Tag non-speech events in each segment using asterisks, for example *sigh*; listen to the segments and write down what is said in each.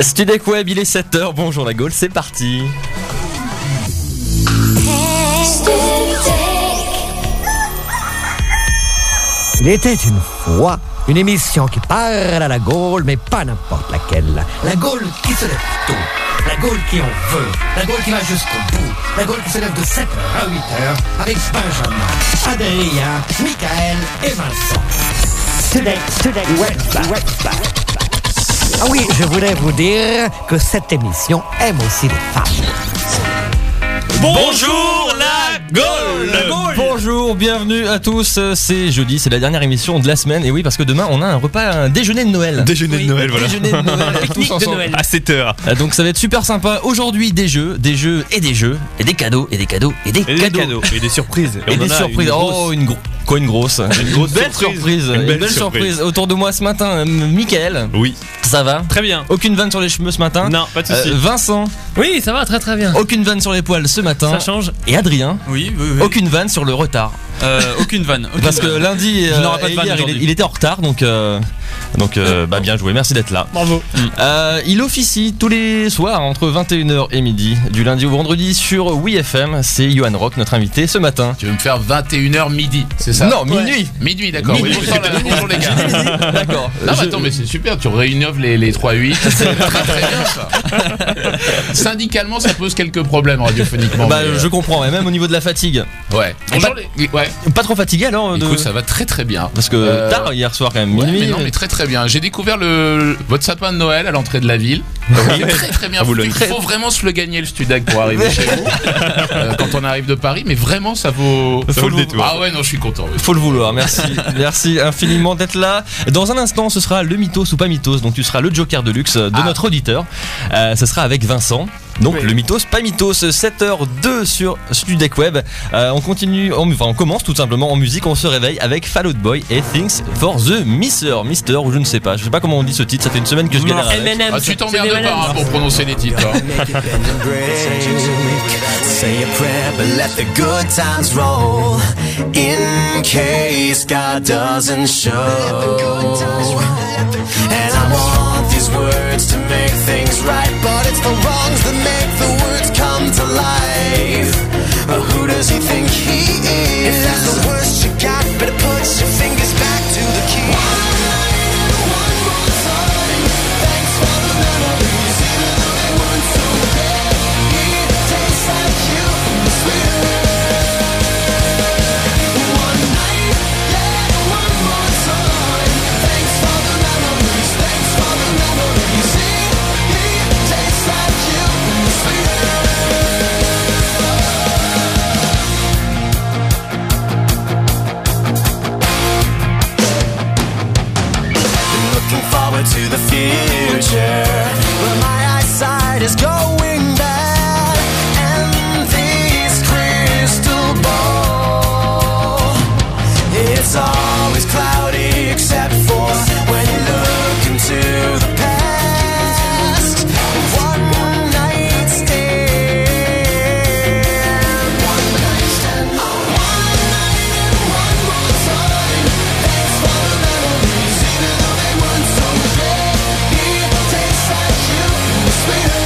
Studec Web, il est 7h, bonjour la Gaule, c'est parti Il était une fois une émission qui parle à la Gaule, mais pas n'importe laquelle. La Gaule qui se lève tôt, la Gaule qui en veut, la Gaule qui va jusqu'au bout, la Gaule qui se lève de 7h à 8h avec Benjamin, Adrien, Michael et Vincent. Studec, Studec Web. Ah oui, je voulais vous dire que cette émission aime aussi les femmes. Bonjour la Gaule Euh, Bonjour, bienvenue à tous, c'est jeudi, c'est la dernière émission de la semaine, et oui parce que demain on a un repas, un déjeuner de Noël. Déjeuner de Noël, voilà. Déjeuner de *laughs* Noël, tous ensemble. À 7 heures. Ah, Donc ça va être super sympa, aujourd'hui des jeux, des jeux et des jeux, et des cadeaux, et des cadeaux, et des Et des cadeaux. cadeaux. Et des surprises. Et on des en a surprises. une grosse. oh, une grosse. Quoi, une grosse hein. Une grosse belle surprise. surprise. Une belle, surprise. surprise. Autour de moi ce matin, euh, Michael, Oui. ça va Très bien. Aucune vanne sur les cheveux ce matin Non, pas de Euh, soucis. Vincent, Oui, ça va très très bien. aucune vanne sur les poils ce matin. Ça change. Et Adrien, Oui, oui, oui. aucune vanne sur le retard. Euh, aucune vanne. aucune Parce que vanne. lundi, euh, Je n'aurai pas de et vanne hier, il, aujourd'hui. il était en retard, donc euh, donc euh, bah bien joué, merci d'être là. Bravo. Euh, il officie tous les soirs entre 21h et midi, du lundi au vendredi sur WeFM. C'est Johan Rock, notre invité ce matin. Tu veux me faire 21h midi, c'est ça Non, minuit. Minuit, d'accord. Oui, Minuit. bonjour, la- bonjour les gars. *laughs* D'accord. Non, mais Je- attends, mais c'est super, tu réinnoves les, *laughs* les 3-8. C'est très très bien ça. *laughs* Syndicalement, ça pose quelques problèmes radiophoniquement. Bah, mais, euh, je comprends, et même au niveau de la fatigue. Ouais. Bonjour les. Ouais. Pas trop fatigué alors euh, de... Écoute, ça va très très bien. Parce que Euh, tard hier soir quand même, Ouais, minuit. mais non, mais très très bien. J'ai découvert le, votre sapin de Noël à l'entrée de la ville. Ah Il est très très bien. À Boulogne. Il faut vraiment se le gagner le Studac pour *laughs* arriver chez vous euh, quand on arrive de Paris. Mais vraiment, ça vaut. Ça vaut le détour. Ah ouais, non, je suis content. oui. Faut le vouloir, *laughs* merci. merci infiniment d'être là. Dans un instant, ce sera le mythos ou pas mythos, donc tu seras le joker de luxe de Ah. notre auditeur. Euh, ce sera avec Vincent. Donc le mythos, pas mythos, 7h02 sur Studec Web. Euh, on continue, on- enfin on commence tout simplement en musique, on se réveille avec Fall Out Boy et Things for the Mister. Mister ou je ne sais pas, je sais pas comment on dit ce titre, ça fait une semaine que je galère avec. M&M. Ah, tu t'emmerdes pas *laughs* hein, pour prononcer les titres. hein. Say a prayer, but let the good times roll. In case God doesn't show. And I want these words to make things right, but it's the wrongs that make the words come to life. But who does he think he is? If that's the worst you got, better put your fingers back to the key. looking forward to the future. But my eyesight is going bad, and this crystal ball. It's always cloudy except for when you look into the past. One night stand. One night stand. Oh, It tastes like you, sweeter.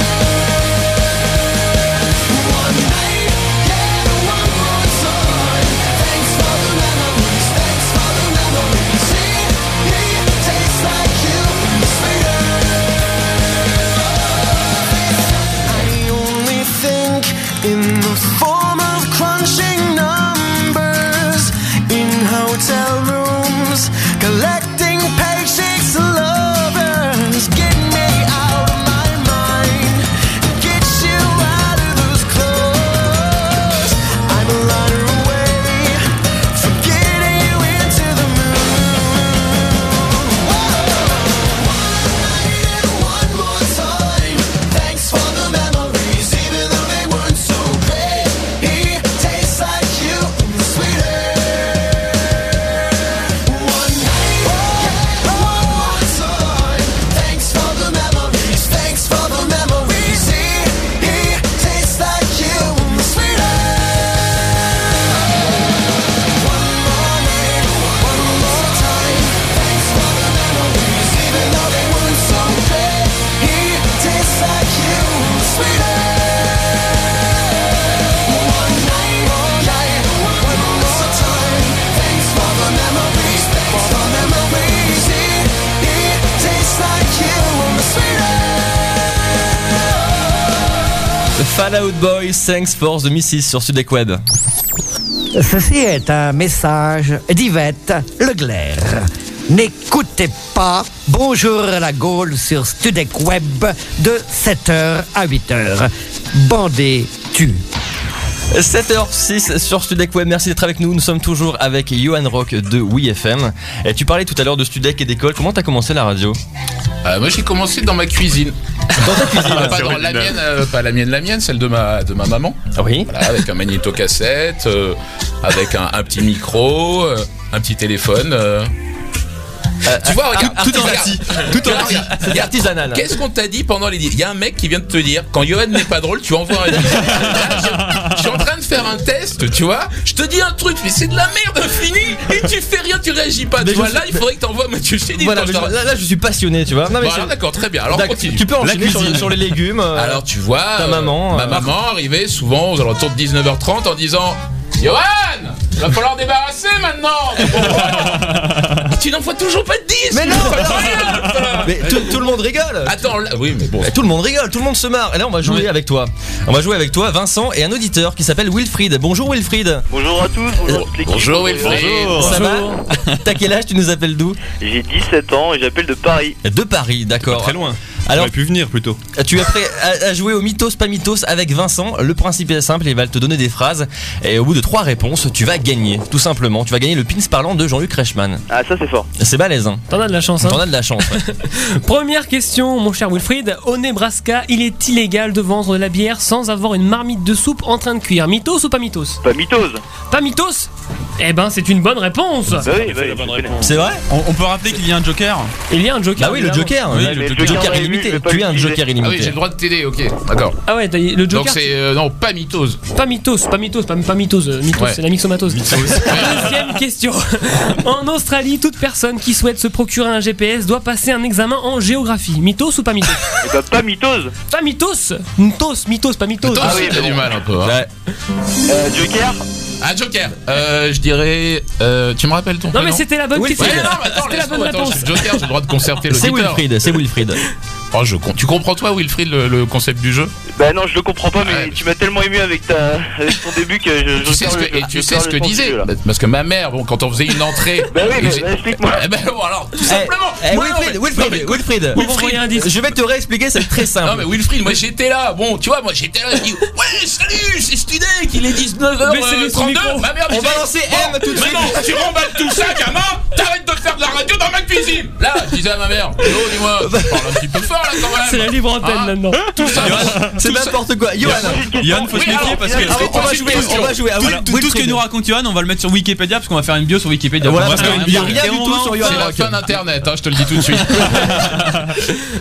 Fallout Boy, thanks for the missis sur Sudec Web. Ceci est un message d'Yvette Leclerc. N'écoutez pas Bonjour la Gaule sur Studec Web de 7h à 8h. Bandé tu. 7h06 sur Studec Web, merci d'être avec nous. Nous sommes toujours avec Johan Rock de WeFM. Et tu parlais tout à l'heure de Studec et d'école. Comment t'as commencé la radio Euh, moi j'ai commencé dans ma cuisine. Dans ta cuisine Pas dans la mienne, euh, pas la mienne, la mienne, celle de ma, de ma maman. Ah Oui. Voilà, avec un magnétocassette, euh, avec un, un petit micro, euh, un petit téléphone. euh. tu vois, regarde, Euh, ah, tout en regarde, arti- regarde, tout en regarde, arti- regarde, c'est regarde. artisanal. Qu'est-ce qu'on t'a dit pendant les dîners Il y a un mec qui vient de te dire quand Johan n'est pas drôle, tu envoies un. Je- Je suis en train de faire un test, *laughs* tu vois. Je te dis un truc, mais c'est de la merde infinie et tu fais rien, tu réagis pas. Mais tu je vois, sais- là, il faudrait que t'envoies Mathieu Chédid ah, Voilà, quand je mais t'en- je- là, là, je suis passionné, tu vois. Non, mais Bon, Bah, alors, je- d'accord, très bien. Alors D'accord, continue. tu peux enchaîner sur, cuisine. sur les *laughs* légumes. euh, Alors tu vois, Ta maman, ma euh, maman arrivait souvent aux alentours de 19h30 en disant Johan, il va falloir débarrasser maintenant Tu n'en vois toujours pas de 10 Mais non ça va rien, ça. mais tout, tout le monde rigole. Attends, là- oui, mais bon. Et Tout le monde rigole, tout le monde se marre. Et là, on va jouer avec toi. On va jouer avec toi, Vincent et un auditeur qui s'appelle Wilfried. Bonjour Wilfried. Bonjour à tous, bonjour à toute l'équipe. Euh, Bonjour Wilfried Bonjour. Ça va T'as quel âge Tu nous appelles d'où J'ai 17 ans et j'appelle de Paris. De Paris, d'accord. Très loin. Alors- Alors, aurait pu venir plutôt. Tu es prêt à, à jouer au mythos pas mythos avec Vincent. Le principe est simple, il va te donner des phrases et au bout de trois réponses, tu vas gagner. Tout simplement, tu vas gagner le pins parlant de Jean-Luc Reichmann. Ah ça c'est fort. C'est balèzin. T'en as de la chance, hein T'en as de la chance. *laughs* ouais. Première question, mon cher Wilfried. Au Nebraska, il est illégal de vendre de la bière sans avoir une marmite de soupe en train de cuire. Mythos ou pas mythos Pas mitose. Pas mythos Eh ben, c'est une bonne réponse Bah oui, bah oui. bonne je connais. C'est vrai On, on peut rappeler qu'il y a un joker Il y a un joker. Bah oui, le évidemment. Joker. Oui, le mais le Joker, Joker, je l'ai vu, je illimité. vais pas Tu es un l'utiliser. Joker Ah oui, j'ai illimité. le droit de t'aider, ok, d'accord. Ah ouais, t'as- le Donc joker. c'est. euh, non, pas mitose. Pas mythos, pas mythos, pas, pas mythos, euh, mythos, Ouais. c'est la mixomatose. Deuxième question. En Australie, toute personne qui souhaite se procurer un GPS doit passer un examen en géographie. Mythos ou pas mythos Et bah pas mitose. Pas mythos Mythos, mythos, pas mythos. Toi Ah aussi, oui, t'as bon. du mal un peu. hein. Ouais. Euh, Joker, Ah, Joker Euh, je dirais. euh, tu me rappelles ton Non mais prénom c'était la bonne Oui, question. Ouais, non, mais attends, C'était la bonne laisse-moi, attends, réponse. je suis Joker, j'ai le droit de concerter le C'est Wilfried, c'est Wilfried. Oh, je com- Tu comprends toi, Wilfried, le, le concept du jeu bah non je le comprends pas mais Ah, Ouais. tu m'as tellement ému avec ta avec ton début que je, je Tu sais perds ce le- que, et je tu sais perds ce le que sens du disait jeu, là. bah, Parce que ma mère, bon, quand on faisait *laughs* une entrée. Bah oui et mais j'ai- bah, explique-moi. *laughs* Eh ben bon, alors, tout simplement Eh, moi, Wilfried, non, mais- Wilfried, non, mais- Wilfried. Vous m'envoyez un indice. Je vais te réexpliquer, c'est très simple. Non mais Wilfried, moi j'étais là, bon tu vois, moi j'étais là, je dis ouais salut, c'est Studek, il est 19h32, Baissez-lui son micro. euh, ma mère euh, On me va dit, lancer bon, M tout de suite. Maintenant, tu remballes tout ça, gamin, t'arrêtes de faire de la radio dans ma cuisine Là, je disais à ma mère, oh dis-moi, tu parles un petit peu fort là quand C'est la même libre antenne Ah. maintenant. Tout ça, C'est tout ça- n'importe quoi. Johan, Moi, j'ai une question. Yann, faut se Oui, méfier alors, parce bien, que. alors, Ah on va jouer, on va jouer. Ah, Tout, voilà, tout- tout ce que Wilfried. nous raconte Johan, on va le mettre sur Wikipédia parce qu'on va faire une bio sur Wikipédia. Voilà, On va parce faire qu'il une y a bio. rien Et du on tout va- sur C'est la fin d'internet, hein, je te le dis tout *laughs* de suite. euh,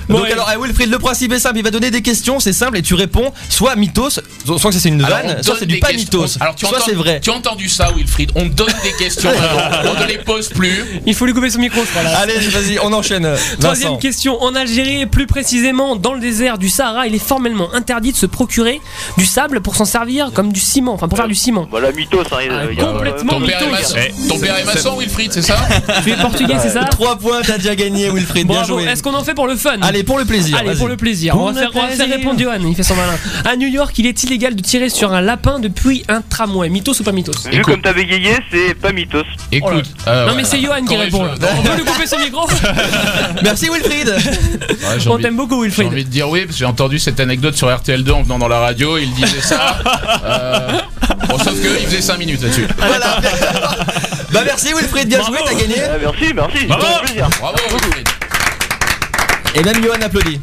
Donc Ouais. alors, eh, Wilfried, le principe est simple, il va donner des questions, c'est simple, et tu réponds soit mythos, so- soit que c'est une Alors, vanne, on soit donne c'est du des pas questions. mythos, Alors, tu soit entends- c'est vrai. Tu as entendu ça, Wilfried On donne des *laughs* questions maintenant. *laughs* On ne les pose plus. Il faut lui couper son micro, je crois, là. Allez, vas-y, on enchaîne. Vincent. *laughs* Troisième question, en Algérie et plus précisément dans le désert du Sahara, il est formellement interdit de se procurer du sable pour s'en servir comme du ciment, enfin pour faire du ciment. Voilà mythos hein. il y a- Ah, il y a- complètement Ton père est mytho, maçon, Eh, gars. ton père est maçon, Wilfried, c'est ça *laughs* Tu es portugais, c'est ça Trois points, t'as déjà gagné, Wilfried, bien Bravo, joué. est-ce qu'on en fait pour le fun Allez, pour le plaisir. Allez, vas-y. pour le plaisir, Pour on va, le faire, on va faire plaisir. répondre Johan, il fait son malin. À New York, il est illégal de tirer sur un lapin depuis un tramway. Mythos ou pas mythos Vu Écoute. comme t'as bégayé c'est pas mythos. Écoute. euh, Oh Non, ouais, mais c'est Johan qui corrige, répond là. euh, On peut lui couper son micro Merci, Wilfried. ouais, j'ai On envie- t'aime beaucoup, J'ai Wilfried. envie de dire oui, parce que j'ai entendu cette anecdote sur RTL2 en venant dans la radio, il *laughs* disait ça. Euh, bon, sauf qu'il faisait 5 minutes là-dessus. voilà. bah, merci, Wilfried, bien joué, t'as gagné. Ah, merci merci. Bravo. c'est un plaisir. Bravo, Wilfried. Et même Johan applaudit.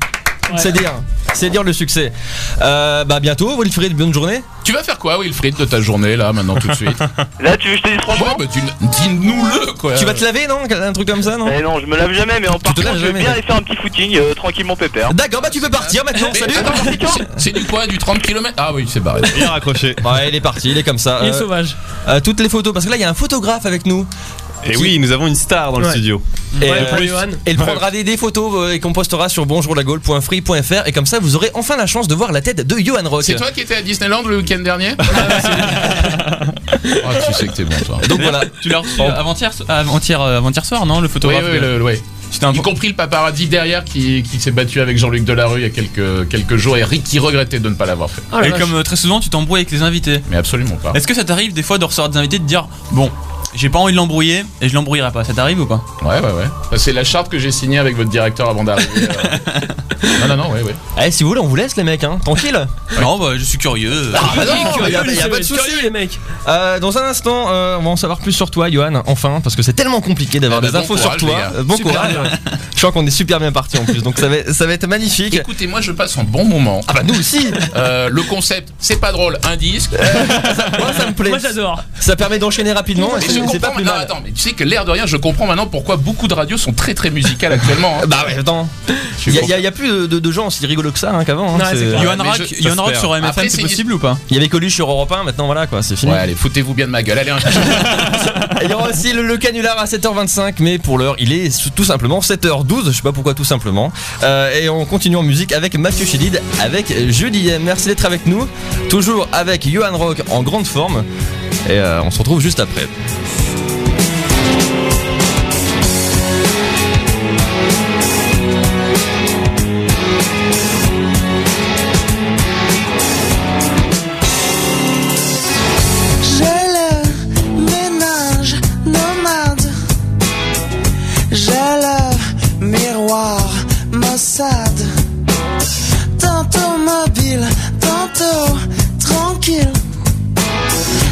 Ouais. C'est dire. C'est dire le succès. Euh, bah, bientôt, Wilfried, bonne journée. Tu vas faire quoi, Wilfried, de ta journée, là, maintenant, tout de suite *laughs* Là tu veux que je te dise Ouais, franchement bah, tu- dis-nous-le, quoi. Tu vas te laver, non Un truc comme ça, non Eh non je me lave jamais mais en te partant laves je vais jamais, bien ouais. aller faire un petit footing euh, tranquillement pépère. D'accord, bah, tu peux partir maintenant, Mais salut. attends, c'est- C'est du quoi Du 30 km Ah oui, c'est barré. Bien *laughs* raccroché. Ouais, il est parti, il est comme ça. Il est Euh, sauvage. Euh, toutes les photos parce que là il y a un photographe avec nous Et oui, nous avons une star dans le Ouais. studio. Et, Ouais, euh, pour Johan. elle prendra des, des photos euh, et qu'on postera sur bonjourlagaule.free.fr et comme ça vous aurez enfin la chance de voir la tête de Johan Rock. C'est toi qui étais à Disneyland le week-end dernier Ah, Tu sais que t'es bon, toi. Donc Ah, voilà. Tu l'as reçu avant-hier avant-hier euh, avant-hier soir, non Le Oui, photographe oui, de- le- le- ouais. C'était un Y compris le paparazzi derrière qui, qui s'est battu avec Jean-Luc Delarue il y a quelques, quelques jours et Rick qui regrettait de ne pas l'avoir fait. Oh la Et vache. comme euh, très souvent, tu t'embrouilles avec les invités. Mais absolument pas. Est-ce que ça t'arrive des fois de recevoir des invités de dire bon, j'ai pas envie de l'embrouiller et je l'embrouillerai pas. Ça t'arrive ou pas Ouais, ouais, ouais. Bah, C'est la charte que j'ai signée avec votre directeur avant d'arriver. *laughs* euh. Non, non, non, ouais, ouais. Eh, si vous voulez, on vous laisse les mecs, hein. tranquille. Ah, Non, bah je suis curieux. bah non, Curieux, y a- y a les pas de souci. curieux, les mecs. Euh, dans un instant, euh, on va en savoir plus sur toi, Johan. Enfin, parce que c'est tellement compliqué d'avoir Ah bah, des bon infos courage, sur les toi. gars. Euh, bon Super courage. bien. Je crois qu'on est super bien parti en plus, donc ça va, ça va être magnifique. Écoutez, moi je passe un bon moment. Ah bah nous aussi. Euh, le concept, c'est pas drôle, un disque. Moi ça me plaît. Moi j'adore. Ça permet d'enchaîner rapidement. et Mais je C'est c'est pas comprends. plus non, mal. attends, mais tu sais que l'air de rien, je comprends maintenant pourquoi beaucoup de radios sont très très musicales actuellement. hein. Bah ouais, attends. Je Il y, a- comprends. y a- y a plus de, de- de gens aussi rigolos que ça hein, qu'avant. hein. Ouais, c'est C'est- clair. Johan mais Rock, je- Johan Rock j'espère. sur Après, MFM, c'est- c'est possible ou pas Il y avait Coluche sur Europe 1, maintenant voilà quoi, c'est fini. Ouais, allez, foutez-vous bien de ma gueule. *laughs* Allez, un Il y aura aussi le, le canular à 7h25, mais pour l'heure, il est sous- tout simplement 7h12, je sais pas pourquoi tout simplement. Euh, et on continue en musique avec Mathieu Chédid, avec Jeudi. Merci d'être avec nous, toujours avec Johan Rock en grande forme. Et euh, on se retrouve juste après. Je le ménage nomade. Je le miroir maussade. Tantôt mobile, tantôt tranquille.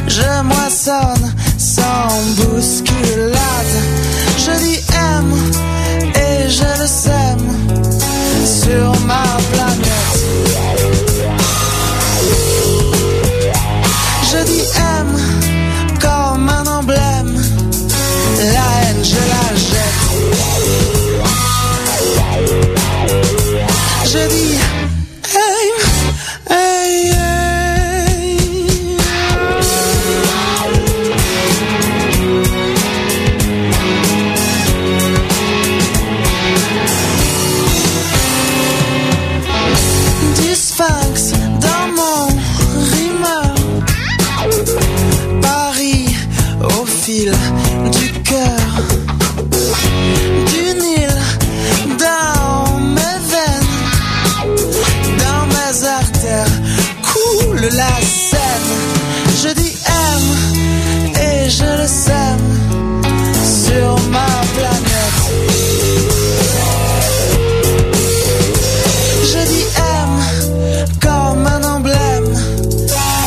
Je moissonne sans bousculade. Je dis aime et je le sème sur ma planète. Je dis aime comme un emblème. La haine, je la jette. Je dis aime. aime, aime. Du sphinx dans mon rimeur. Paris au fil du cœur, du Nil dans mes veines, dans mes artères coule la Seine. Je dis aime et je le sème sur ma planète. Je dis aime comme un emblème,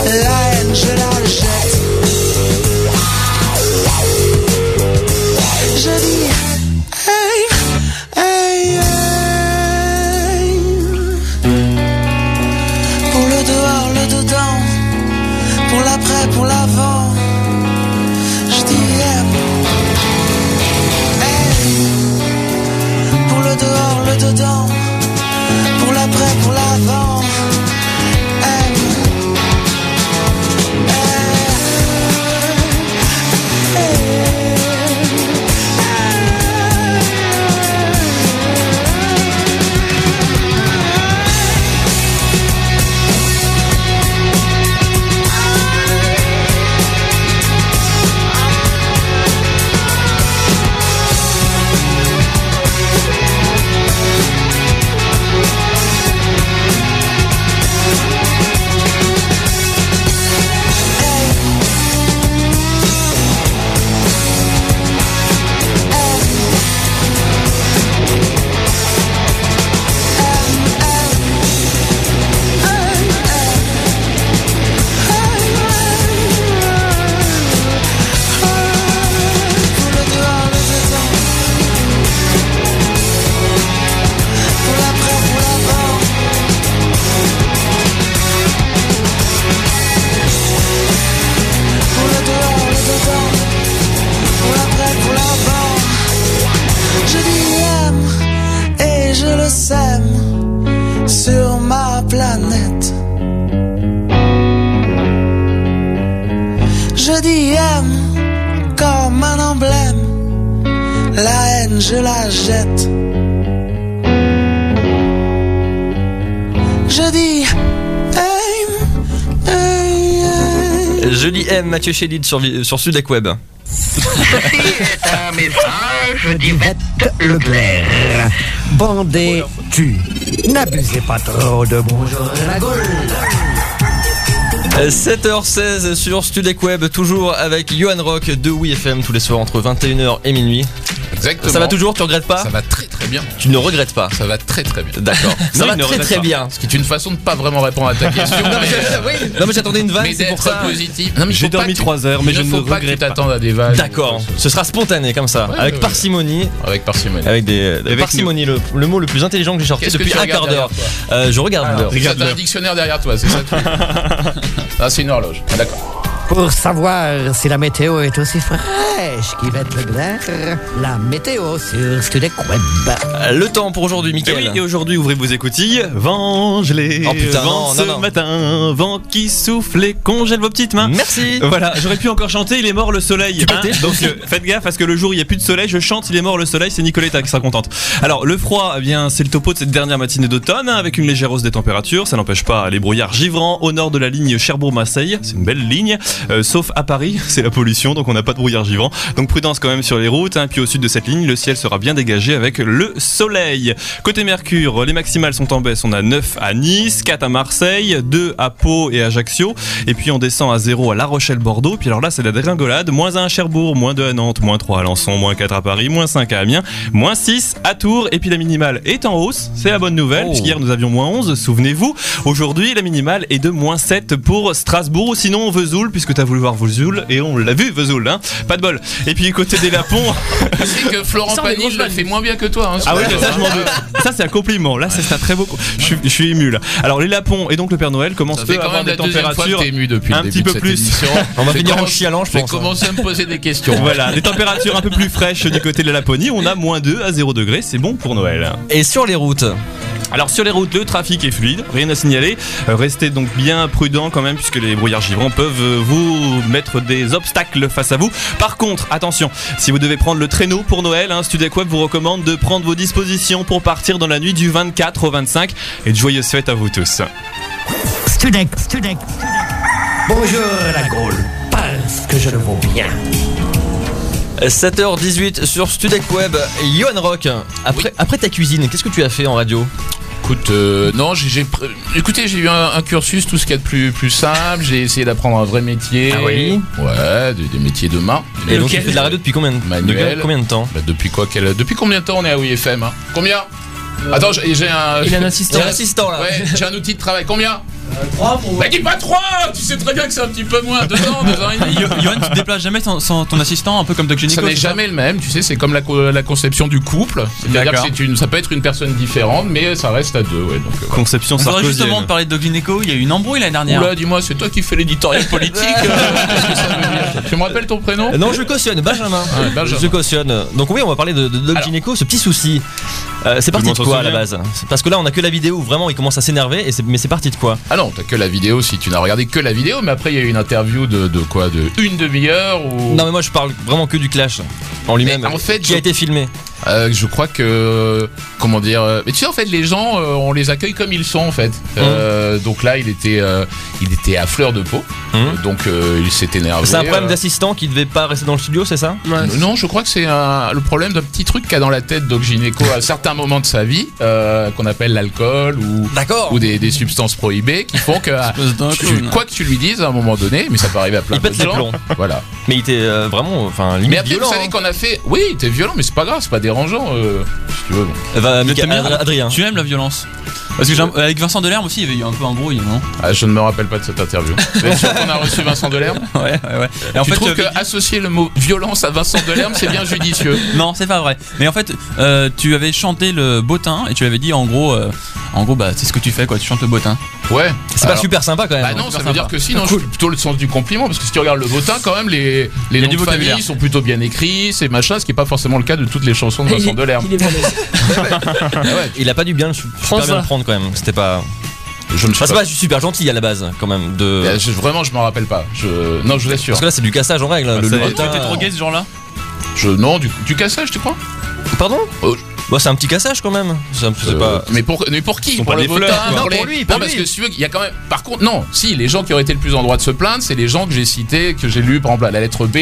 la haine je la jette. Je dis aime, aime, aime. Pour le dehors, le dedans, pour l'après, pour l'avant, je dis aime, aime. Pour le dehors, le dedans, pour l'après, pour l'avant, aime, aime, aime. Pour le dehors, le dedans Pour l'après, pour l'avant Pour le dehors, le dedans Pour l'après, pour l'avant Je dis aime et je le sème Sur ma planète Je dis aime comme un emblème je la jette. Je dis, aim, aim. Je lis M, Mathieu Chélid sur, Vi- sur Sudac Web. un message Yvette Leclerc. Bandez tu. N'abusez pas trop de bonjour à la Gaule. Euh, 7h16 sur Studec Web, toujours avec Johan Rock de WeFM tous les soirs entre 21h et minuit. Exactement. Ça va toujours, tu regrettes pas Ça va très très bien. Tu ne regrettes pas. Ça va très très bien. D'accord. Ça il va ne très regrette très pas. bien. Ce qui est une façon de pas vraiment répondre à ta question. mais, euh, Non mais j'attendais une vanne, mais c'est pour ça. d'être positif. Non, mais il J'ai faut pas dormi que tu- 3 heures, mais il je ne faut pas que tu regrette pas. t'attendes à des vannes. D'accord. Ce sera spontané comme ça, Ouais, avec ouais. parcimonie, Avec parcimonie. avec des parcimonie, le, le mot le plus intelligent que j'ai sorti Qu'est-ce que depuis tu un regardes quart d'heure. derrière Euh, je regarde l'heure. Ça, T'as un dictionnaire derrière toi, c'est ça le *laughs* truc Ah, c'est une horloge. Ah, D'accord. Pour savoir si la météo est aussi fraîche qu'Yvette Leclerc, la météo sur Studec Web. Le temps pour aujourd'hui, Eh Et oui, Mickaël. et aujourd'hui, ouvrez vos écoutilles. Vent gelé. Oh putain, vent non, ce non, non. matin. Vent qui souffle et congèle vos petites mains. Merci. Voilà, j'aurais pu encore chanter Il est mort le soleil. hein. pétais. Donc euh, faites gaffe parce que le jour où il n'y a plus de soleil, je chante Il est mort le soleil, c'est Nicoletta qui sera contente. Alors le froid, eh bien c'est le topo de cette dernière matinée d'automne hein, avec une légère hausse des températures. Ça n'empêche pas les brouillards givrants au nord de la ligne Cherbourg-Marseille. C'est une belle ligne, euh, sauf à Paris, *laughs* c'est la pollution donc on n'a pas de brouillard givrant. Donc prudence quand même sur les routes. hein. Puis au sud de cette ligne, le ciel sera bien dégagé avec le soleil. Côté Mercure, les maximales sont en baisse. On a 9 à Nice, 4 à Marseille, 2 à Pau et Ajaccio. Et puis on descend à 0 à La Rochelle-Bordeaux. Puis alors là, c'est la dégringolade. Moins 1 à Cherbourg, moins 2 à Nantes, moins 3 à Alençon, moins 4 à Paris, moins 5 à Amiens, moins 6 à Tours. Et puis la minimale est en hausse. C'est la bonne nouvelle. Oh. Puisqu'hier, nous avions moins 11, souvenez-vous. Aujourd'hui, la minimale est de moins 7 pour Strasbourg. Sinon, Vesoul, puisque t'as voulu voir Vesoul. Et on l'a vu, Vesoul. Hein. Pas de bol. Et puis côté des Lapons. Tu sais que Florent Ça, on est Pagny grosse le vanne. fait moins bien que toi. hein, Ah oui, ce mais ça, soir. je m'en doute. Ça, c'est un compliment. Là, c'est un très beau. co- Je suis, je suis ému là. Alors, les lapons et donc le Père Noël commencent Ça eux, fait à quand avoir même des la deuxième fois que températures. t'es ému depuis un le petit début de peu cette plus. émission. On va J'ai finir en commencé- chialant, je J'ai pense. hein. commencé à me poser des questions. Voilà, *laughs* des températures un peu plus fraîches du côté de la Laponie. On a moins 2 à 0 degré, c'est bon pour Noël. Et sur les routes, Alors sur les routes, le trafic est fluide, rien à signaler. Euh, restez donc bien prudent quand même puisque les brouillards givrants peuvent euh, vous mettre des obstacles face à vous. Par contre, attention, si vous devez prendre le traîneau pour Noël, hein, Studec Web vous recommande de prendre vos dispositions pour partir dans la nuit du 24 au 25 et de joyeuses fêtes à vous tous. Studec, Studec. Bonjour à la Gaule, parce que je le vaux bien. 7h18 sur Studec Web. Johan Rock, après, après ta cuisine, qu'est-ce que tu as fait en radio Écoute, euh, non, j'ai, j'ai pr- écoutez, j'ai eu un, un cursus, tout ce qu'il y a de plus, plus simple. J'ai essayé d'apprendre un vrai métier. Ah oui Ouais, des, des métiers de main. Et donc tu Lequel fais de la radio depuis combien de, Manuel. de- combien de temps Bah, depuis quoi quelle- Depuis combien de temps on est à OIFM hein Combien Attends, j'ai, j'ai un. Euh, Il a un assistant. Euh, J'ai un assistant là. Ouais, j'ai un outil de travail. Combien 3 pour. Bah, dis pas 3 Tu sais très bien que c'est un petit peu moins. 2 ans, 2 ans et demi. Yo- Johan, tu te déplaces jamais sans, sans ton assistant, un peu comme Doc Génico Ça n'est jamais le même, tu sais, c'est comme la, co- la conception du couple. C'est-à-dire que D'accord. c'est une, ça peut être une personne différente, mais ça reste à deux, ouais. Donc, euh, Conception On faudrait justement sarkozienne. de parler de Doc Gynéco, il y a eu une embrouille l'année dernière. Oula, dis-moi, c'est toi qui fais l'éditorial politique. *laughs* euh, qu'est-ce que ça veut dire tu me rappelles ton prénom Euh, Non, je cautionne, Benjamin. Ah Ouais, Benjamin. Je cautionne. Donc oui, on va parler de, de Doc Alors. Gynéco, ce petit souci. Euh, c'est parti monde de s'en quoi à la souvient base C'est- Parce que là, on a que la vidéo où vraiment il commence à s'énerver, et c'est- mais c'est parti de quoi Ah non, t'as que la vidéo si tu n'as regardé que la vidéo, mais après il y a eu une interview de, de quoi De une demi-heure ou. Non, mais moi je parle vraiment que du clash en lui-même, Mais en fait, qui je- a été filmé. Euh, je crois que. Comment dire euh, Mais tu sais, en fait, les gens, euh, on les accueille comme ils sont, en fait. Mmh. Euh, donc là, il était, euh, il était à fleur de peau. Mhm. Euh, donc euh, il s'est énervé. C'est un problème euh, d'assistant qui devait pas rester dans le studio, c'est ça Ouais. Non, je crois que c'est un- le problème d'un petit truc qu'a dans la tête Doc Gynéco à certains moments de sa vie, euh, qu'on appelle l'alcool ou, D'accord ou des, des substances prohibées, qui *laughs* font que ah, Espèce d'un tu- clown. quoi que tu lui dises à un moment donné, mais ça peut arriver à plein Il de pète les gens. plombs. Voilà. Mais il était euh, vraiment, enfin, limite Mais après, violent. vous savez hein. qu'on a fait. Oui, t'es violent, mais c'est pas grave, c'est pas dérangeant. euh, si tu veux. bon. Va, Mais Mika- t'aimes bien- bah, euh, Adrien. Tu aimes la violence Parce que j'ai un- avec Vincent Delerme aussi, il y avait eu un peu un brouille, non Ah, je ne me rappelle pas de *laughs* cette interview. Vous êtes sûr qu'on a reçu Vincent Delerme Ouais, ouais, ouais. Et en tu fait, trouves euh, que associer le mot violence à Vincent Delerme, c'est bien judicieux *laughs* Non, c'est pas vrai. Mais en fait, euh, tu avais chanté le botin et tu avais dit en gros, euh, en gros, bah c'est ce que tu fais quoi, tu chantes le botin. Ouais. C'est pas Alors, super sympa quand même. Bah non, ça veut dire que sinon, Cool. *laughs* j'ai plutôt le sens du compliment, parce que si tu regardes le botin, quand même, les, les Il y a noms du de vocabulaire. famille sont plutôt bien écrits, c'est machin, ce qui n'est pas forcément le cas de toutes les chansons de Vincent Il- Delerme. il est vraiment- Ah Il a pas dû bien, le- super Prends bien ça. le prendre quand même. C'était pas. Je ne sais Enfin, c'est pas. pas Bah, super gentil à la base quand même. De... Euh, je- vraiment, je m'en rappelle pas. Je... Non, je vous assure. Parce que là, c'est du cassage en règle. hein, le ça le y est. botin. T'es drogué ce genre-là Je, non, du, du cassage, tu crois Pardon Oh. Bah, c'est un petit cassage quand même. C'est un- c'est Euh, pas. mais, pour, mais pour qui sont pas le des fleurs, votin, quoi. Non, pour lui, Non, pour parce lui. que si tu veux, il y a quand même. Par contre, non, si, les gens qui auraient été le plus en droit de se plaindre, c'est les gens que j'ai cités, que j'ai lus, par exemple, à la lettre B.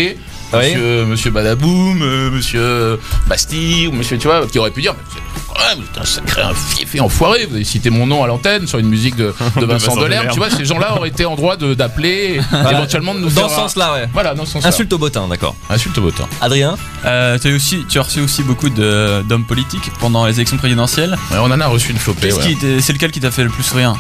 Oui. Monsieur, monsieur Badaboum, euh, monsieur Bastille, ou monsieur, tu vois, qui auraient pu dire. mais c'est- Ouais, mais putain, sacré un fief et enfoiré, vous avez cité mon nom à l'antenne sur une musique de, *laughs* de Vincent Vincent Delerme, Delerme. tu vois, ces gens-là auraient été en droit de- d'appeler, et éventuellement de nous Bah, Dans faire ce un- sens-là, ouais. Voilà, dans ce sens-là. Insulte au bottin, d'accord. Insulte au votant. Adrien Euh, tu, as eu aussi, tu as reçu aussi beaucoup de- d'hommes politiques pendant les élections présidentielles. Ouais, on en a reçu une flopée. Qu'est-ce ouais. qui t'est- C'est lequel qui t'a fait le plus rire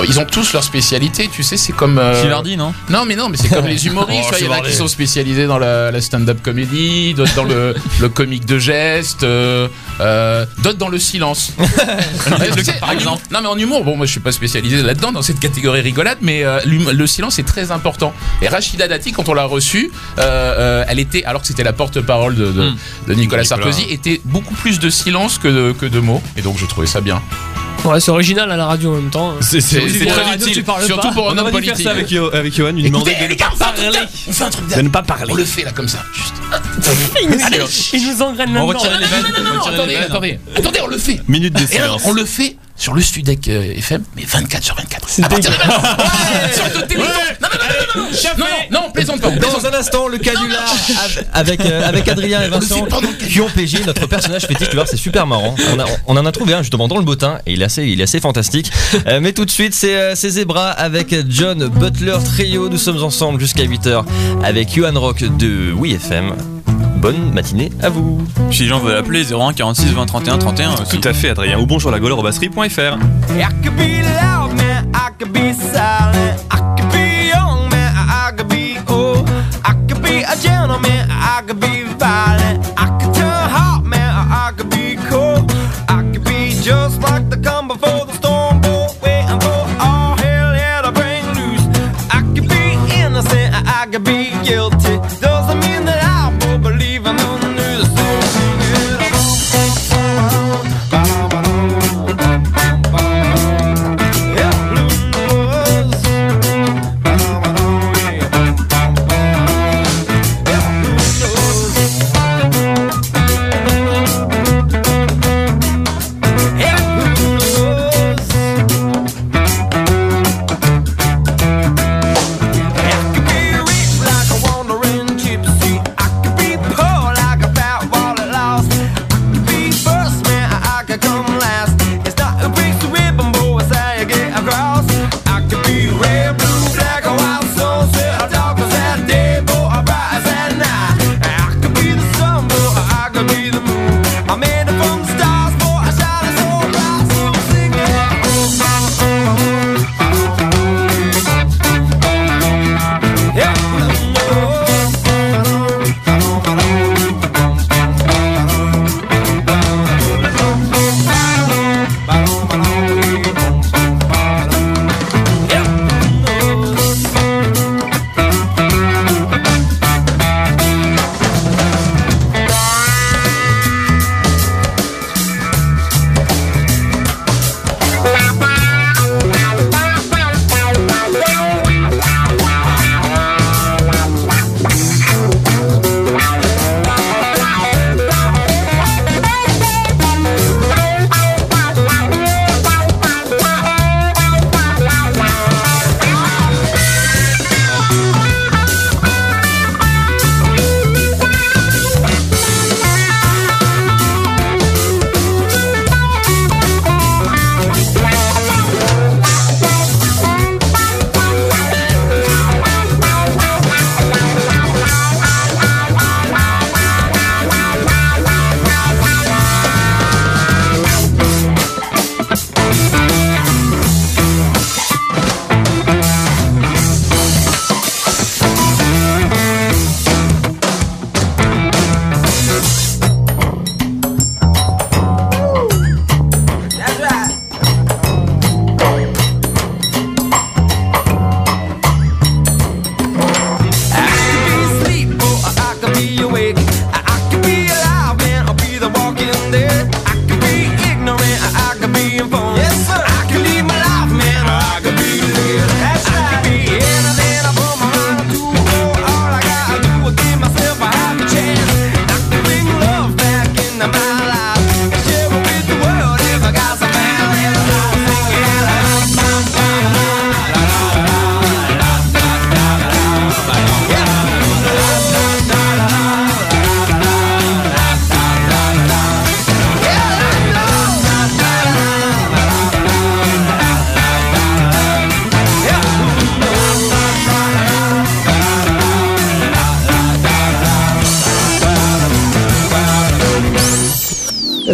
Oh, ils ont tous leur spécialité, tu sais, c'est comme. euh, Chivardi, non Non, mais non, mais c'est *laughs* comme les *laughs* humoristes. Oh, tu vois, il y en a qui sont spécialisés dans la, la stand-up comédie, d'autres dans *laughs* le, le comique de geste, euh, euh, d'autres dans *laughs* le silence. Ouais, tu sais, en humour- Non, mais en humour, bon, moi je suis pas spécialisé là-dedans, dans cette catégorie rigolade, mais euh, l'hum- le silence est très important. Et Rachida Dati, quand on l'a reçue, euh, euh, elle était, alors que c'était la porte-parole de, de- Mm. de Hum. Nicolas Sarkozy, était beaucoup plus de silence que de, que de mots. Et donc je trouvais ça bien. Ouais, c'est original à la radio en même temps. C'est C'est tu c'est parles à très la radio, utile, tu parles surtout pas. pour On un homme aurait dû faire politique. ça avec, Yo- avec Johan, lui demander Écoutez, de les gars, on fait un truc bien, on fait un truc bien. de ne pas parler. On le fait là comme ça, juste. Il nous engraine On là-dedans. retirait les vannes. Non, non, on retirait les attendez, vannes. attendez, attendez, on le fait. Minute de Et alors, silence. on le fait sur le Studec euh, FM, mais 24 sur 24. À partir de 24. Ouais, *laughs* sur le Téléthon. Non, non, non, non, non, non, non, non, on plaisante pas. on plaisante Dans un instant, le canular Ah, av- avec, euh, avec Adrien et Vincent fait pendant le qui ont pégé notre personnage fétiche. Tu vois, c'est super marrant. On, a- on en a trouvé un justement dans le bottin et il est assez, il est assez fantastique. Euh, mais tout de suite, c'est euh, c'est Zebra avec John Butler Trio. Nous sommes ensemble jusqu'à 8h avec Johan Rock de WeFM. Bonne matinée à vous. Si les gens veulent appeler 01 46 20 31 31 aussi. Tout à fait, Adrien. Ou bonjour la gauleur.fr. I could be loud, man. I could be silent. I could be young, man. I I could be old. I could be a gentleman. I could be violent. I could turn hot, man. I I could be cold. I could be just like the calm before the storm. Boy, waiting for all hell yeah to bring loose. I could be innocent. I I could be guilty. Doesn't mean that I will believe in the news. So sing it along. Yeah, blue was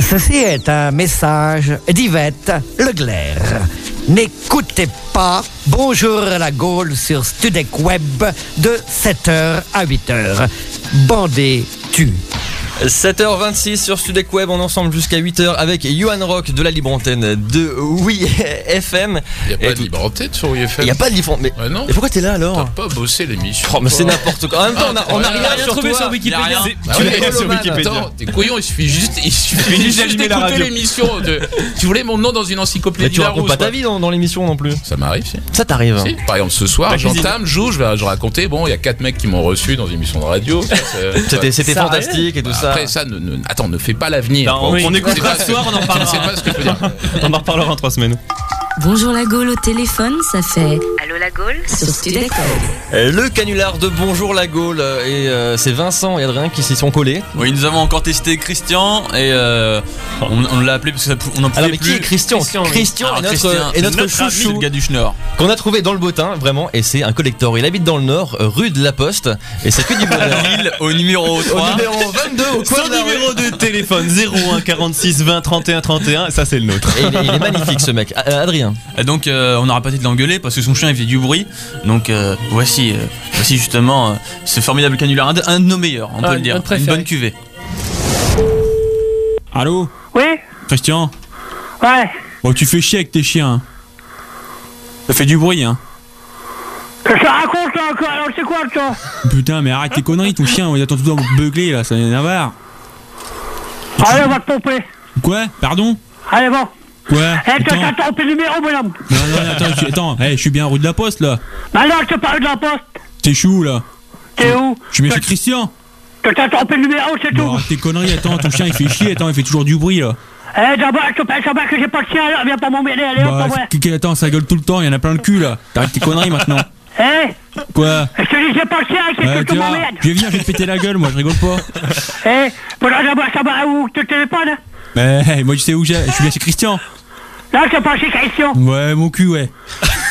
Ceci est un message d'Yvette Leglaire. N'écoutez pas Bonjour la Gaule sur Studec Web de 7h à 8h. Bandé tu. 7h26 sur Studec Web, on est ensemble jusqu'à 8h avec Johan Rock de la libre antenne de *laughs* Oui FM. Il n'y a Et pas de tout- libre en tête sur UFM. Il n'y a pas de libre antenne. Ouais, non. Mais pourquoi t'es là T'as alors pas bossé l'émission. Oh, mais c'est toi. Ah, n'importe quoi. En même temps, Ah, on a, on a rien, rien sur trouvé toi. sur Wikipédia. Il y a rien. Bah Tu oui, l'as mais sur Roman, Wikipédia. Attends, t'es couillon, il suffit juste, il suffit juste juste d'allumer la d'écouter radio. l'émission. de- Tu voulais mon nom dans une Mais encyclopédie tu racontes Larousse, pas ta ouais. vie dans, dans l'émission non plus. Ça m'arrive, si. Ça t'arrive. Si, Par exemple, ce soir, Ta cuisine. j'entame, je joue, je vais, je racontais, bon, il y a quatre mecs qui m'ont reçu dans une émission de radio. ça, *laughs* c'est- C'était c'était Ça fantastique et tout Bah, ça. Après, ça, ne, ne- attends, ne fais pas l'avenir. Non, on- Bon, on tu- écoutera tu sais pas ce soir, *laughs* on en tu parlera. sais pas ce que je veux dire. On en reparlera en trois semaines. Bonjour la Gaule au téléphone, ça fait Allô la Gaule sur Student. Euh, Le canular de Bonjour la Gaule euh, et euh, c'est Vincent et Adrien qui s'y sont collés. Oui, nous avons encore testé Christian et euh, on, on l'a appelé parce que ça pou- on en pouvait Alors Ah mais qui plus. est Christian Christian, oui. Christian Alors, est notre, Christian, est notre ami, chouchou. le gars du Schnorr. qu'on a trouvé dans le bottin vraiment et c'est un collector il habite dans le nord euh, rue de la Poste et c'est que du bonheur Lille au numéro au 3. numéro 22 au coin Son de la rue. numéro de téléphone 01 46 20 31 31, ça c'est le nôtre. Et il, est, il est magnifique ce mec Ah, euh, *laughs* Adrien Et donc euh, on n'aura pas été de l'engueuler parce que son chien il faisait du bruit. Donc euh, voici, euh, voici justement euh, ce formidable canular, un de, un de nos meilleurs, on Ah, peut le dire, notre une préféré. bonne cuvée. Allô Oui Christian Ouais. Bon tu fais chier avec tes chiens. Ça fait du bruit hein. Ça raconte là encore, alors c'est quoi toi Putain mais arrête tes conneries ton chien, il attend tout le temps beugler là, ça n'a marre. Allez, on va te pomper. Quoi Pardon Allez, bon. Quoi Eh, t'as t'as trompé le numéro, bonhomme. Non, non, non, attends, je, attends, hey, je suis bien rue de la Poste là. Maintenant, Bah je te parle de la poste. T'es chou là. T'es où Je suis bien chez Christian. T'as- T'as trompé le numéro, c'est Bon, tout. arrête tes conneries, attends, ton chien il fait chier, attends, il fait toujours du bruit là. Eh, d'abord, je te parle, ça va que j'ai pas le chien, alors viens pas m'emmerder, allez, hop, Bah, pas vrai. qui- qui- attends, ça gueule tout le temps, il y en a plein le cul là. T'arrêtes tes conneries maintenant. Eh, Quoi je te dis, j'ai pas le chien, c'est Ouais, tout, t'es tout là. m'emmerde. Je vais venir, je vais te péter la gueule, moi, je rigole pas. Eh, faudra d'abord savoir où te téléphone. hein. Mais hey, moi, je sais où j'ai. Je suis bien chez Christian. Là, je te parle chez Christian. Ouais, mon cul, ouais.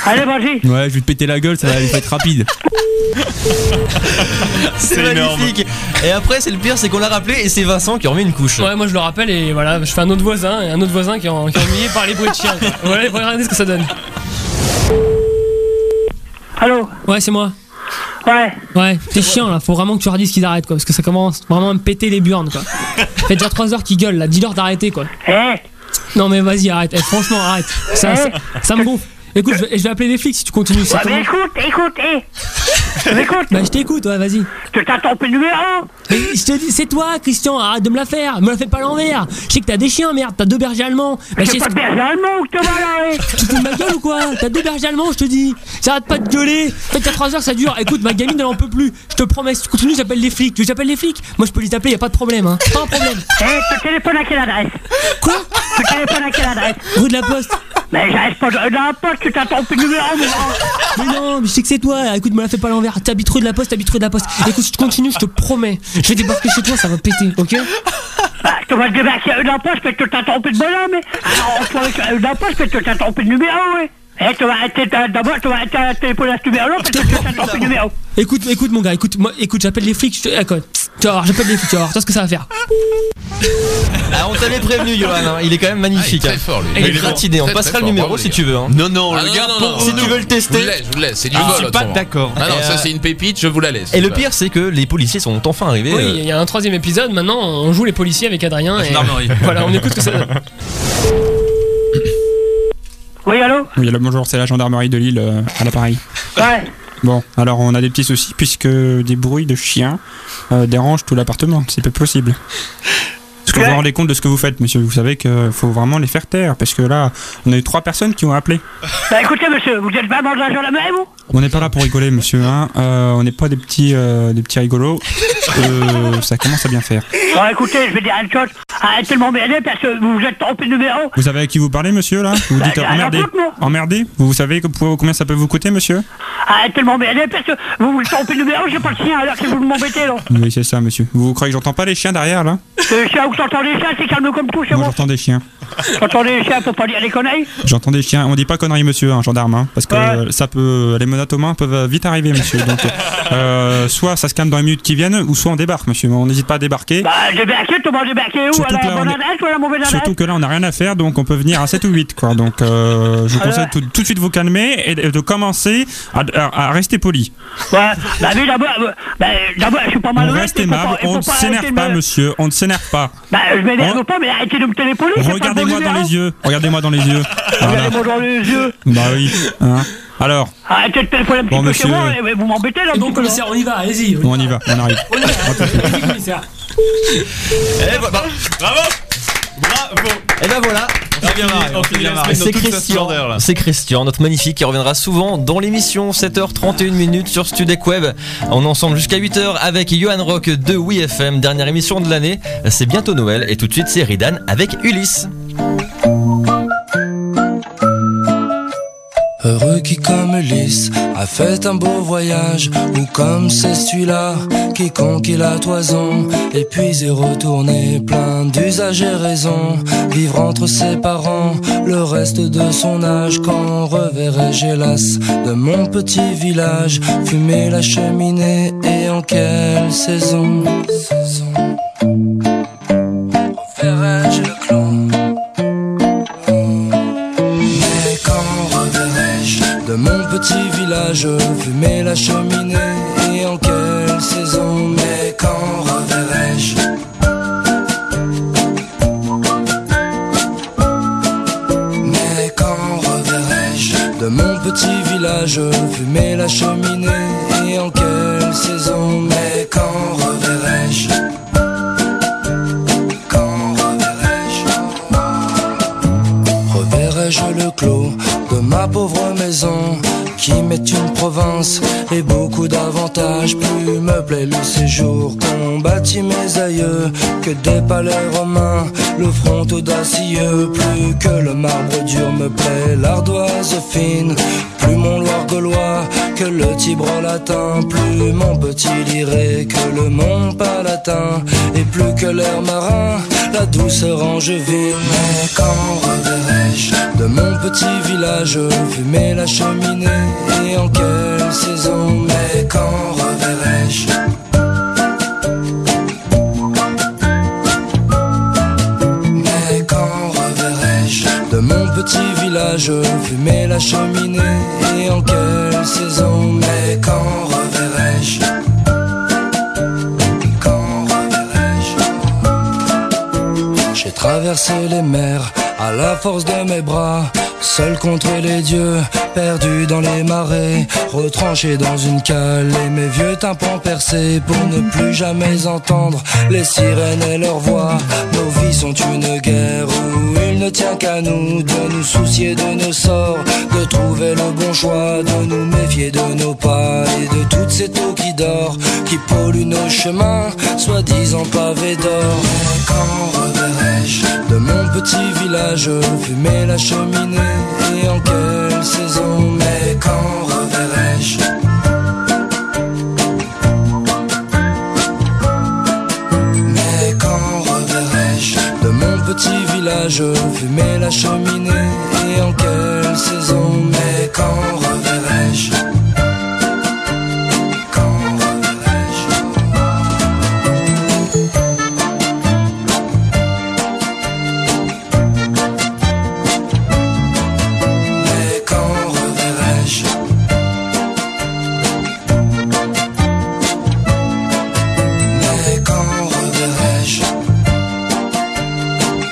Allez, vas-y. Ouais, je vais te péter la gueule, ça va aller faut être rapide. c'est énorme. magnifique et après c'est le pire c'est qu'on l'a rappelé et c'est Vincent qui en remet une couche Ouais, moi je le rappelle et voilà, je fais un autre voisin et un autre voisin qui est, en- qui est ennuyé par les bruits de chiens. Voilà, regardez ce que ça donne. Allô Ouais, c'est moi. Ouais. Ouais, t'es chiant là, faut vraiment que tu leur dises qu'ils arrêtent quoi, parce que ça commence vraiment à me péter les burnes quoi. Ça fait déjà 3 heures qu'ils gueulent là, dis-leur d'arrêter quoi. Eh, Non mais vas-y, arrête, Eh, franchement arrête, ça, ça, ça me gonfle. Écoute, je vais, je vais appeler les flics si tu continues. c'est ouais, Bah, mais comment écoute, écoute, eh. écoute, Bah je t'écoute, ouais, vas-y. tu t'as trompé le numéro. Mais je te dis, c'est toi Christian, arrête de me la faire, me la fais pas à l'envers. Je sais que t'as des chiens, merde, t'as deux bergers allemands. Bah, je sais C'est pas de berger allemand ou que te vas là, eh. Tu te fous de ma gueule ou quoi T'as deux bergers allemands, je te dis. J'arrête pas de gueuler. Fait qu'à 3 heures, ça dure. Écoute, ma gamine, elle en peut plus. Je te promets, si tu continues, j'appelle les flics. Tu veux que j'appelle les flics Moi, je peux les appeler, y a pas de problème. Hein. Pas un problème. Eh, tu téléphones à quelle adresse Quoi Tu téléphones à quelle adresse Rue de la Poste. Mais j'arrête pas de- dans la poste, tu t'as trompé le numéro, mon grand. Mais non, mais je sais que c'est toi. Écoute, me la fais pas à l'envers. T'habites rue de la Poste, t'habites rue de la Poste. Écoute, si tu continues, je te promets. Je vais débarquer chez toi, ça va péter, ok *laughs* Bah, tu vas te débarquer à eux dans la poste, parce que tu t'as trompé de bonhomme, eh. Alors, on se met à eux dans la poste, parce que tu t'as trompé de numéro, eh. Eh, tu vas arrêter, de- d'abord, tu vas arrêter de téléphoner à ce numéro-là, parce que tu t'as trompé de numéro. Écoute, écoute, mon gars, écoute, moi, écoute, j'appelle les flics. Je te... eh, quoi. Tu vas voir, j'appelle les flics, tu vas voir. Tu vois ce que ça va faire. ah on t'avait prévenu Johan hein, il est quand même Ah, il est magnifique très fort, lui. il est Très, gratiné on très passera le fort, numéro bravo, si les tu veux hein. Non, non, Ah, le non, garde non, pour non, si nous. tu veux le Je vous le tester laisse, je vous le laisse, c'est du Ah, vol. je suis pas autrement. d'accord. Non, Ah, non, Et, euh, ça c'est une pépite, je vous la laisse. et le Voilà. pire c'est que les policiers sont enfin arrivés Oui, euh, il y a un troisième épisode. Maintenant, on joue les policiers avec Adrien. Et... Gendarmerie. *laughs* Voilà, on écoute ce que ça donne. Oui, allô Oui, là, bonjour, c'est la gendarmerie de Lille euh, à l'appareil. Ouais. Bon, alors on a des petits soucis puisque des bruits de chiens euh, dérangent tout l'appartement, c'est pas possible. Est-ce que vous vous rendez compte de ce que vous faites, monsieur Vous savez qu'il faut vraiment les faire taire parce que là, on a eu trois personnes qui ont appelé. Bah, écoutez, monsieur, vous êtes vraiment de la gendarmerie, vous On n'est pas là pour rigoler, monsieur, hein. Euh, on n'est pas des petits, euh, des petits rigolos. Euh, ça commence à bien faire. Bon, écoutez, je vais dire une chose. Arrêtez de m'emmerder parce que vous vous êtes trompé de numéro. Vous savez à qui vous parlez, monsieur, là Vous dites Bah, emmerdez. raconte, moi. Emmerdez Vous savez que- pour- combien ça peut vous coûter, monsieur Arrêtez de m'emmerder parce que vous vous êtes trompé de numéro. J'ai pas le chien alors que vous m'embêtez, là. Euh, Oui, c'est ça, monsieur. Vous croyez que j'entends pas les chiens derrière, là Le chien, vous entendez les chiens, c'est calme comme tout chez Moi, moi. j'entends des chiens. J'entendais les chiens pour pas dire les conneries. J'entends des chiens. On dit pas conneries, monsieur, un gendarme, hein, parce que Ouais. euh, *laughs* euh, ça peut, les monotomains peuvent euh, vite arriver, monsieur. Donc, euh, soit ça se calme dans les minutes qui viennent, ou soit on débarque, monsieur. On n'hésite pas à débarquer. Bah, débarquer, tout le monde débarquer où À Surtout la que là, on bonne est- adresse ou à la mauvaise adresse Surtout que là, on n'a rien à faire, donc on peut venir à 7 ou 8, quoi. Donc, euh, Ah, je vous conseille tout, tout de suite de vous calmer et de de commencer à, à- à rester poli. Ouais, bah oui, d'abord, euh, bah, d'abord, je suis pas mal on reste aimable, on ne s'énerve pas, monsieur. On ne s'énerve pas. Bah, je m'énerve On- pas, mais arrêtez de me téléphoner, c'est pas le bon Regardez-moi dans numéro. les yeux. Regardez-moi dans les *laughs* yeux. Voilà. Regardez-moi dans les yeux. Bah oui. hein. Alors, Arrêtez de téléphoner un petit Bon, peu chez monsieur. eh, moi, et- et vous m'embêtez là. Donc, commissaire, on y va, allez-y. on y va, on arrive. Bravo Bravo Et ben voilà On s'est bien marré, on s'est bien marré. C'est Dans toute sa Christian, splendeur, là. c'est Christian, notre magnifique qui reviendra souvent dans l'émission 7h31 minutes sur Studec Web. On est ensemble jusqu'à 8h avec Johan Rock de WeFM, dernière émission de l'année. C'est bientôt Noël et tout de suite c'est Ridan avec Ulysse. Heureux qui comme Ulysse a fait un beau voyage Ou comme c'est celui-là qui conquit la toison Et puis est retourné plein d'usages et raisons Vivre entre ses parents le reste de son âge Quand reverrai-je hélas de mon petit village Fumer la cheminée et en quelle saison Reverrai-je le clan mais quand reverrai-je de mon petit village fumer la cheminée et en quelle saison Mais quand reverrai-je Mais quand reverrai-je de mon petit village fumer la cheminée et en quelle saison Mais quand reverrai-je Quand reverrai-je Reverrai-je le clos de ma pauvre maison qui m'est une province et beaucoup d'avantages Plus me plaît le séjour qu'ont bâti mes aïeux que des palais romains, le front audacieux Plus que le marbre dur me plaît, l'ardoise fine Plus mon loir gaulois que le tibre latin Plus mon petit liré que le mont palatin Et plus que l'air marin, la douceur angevine Mais quand reverrai-je de mon petit village Fumer la cheminée et en quelle saison Mais quand reverrai-je Mais quand reverrai-je de mon petit village fumer la cheminée et en quelle saison Mais quand reverrai-je Quand reverrai-je J'ai traversé les mers à la force de mes bras Seul contre les dieux, perdu dans les marais, retranché dans une cale et mes vieux tympans percés pour ne plus jamais entendre les sirènes et leurs voix. Nos vies sont une guerre où il ne tient qu'à nous de nous soucier de nos sorts, de trouver le bon choix, de nous méfier de nos pas et de toute cette eau qui dort, qui pollue nos chemins, soi-disant pavés d'or. Mais Quand reverrai-je de mon petit village fumer la cheminée et en quelle saison Mais quand reverrai-je Mais quand reverrai-je de mon petit village fumer la cheminée et en quelle saison Mais quand reverrai-je Quand reverrai-je Mais quand reverrai-je Mais quand reverrai-je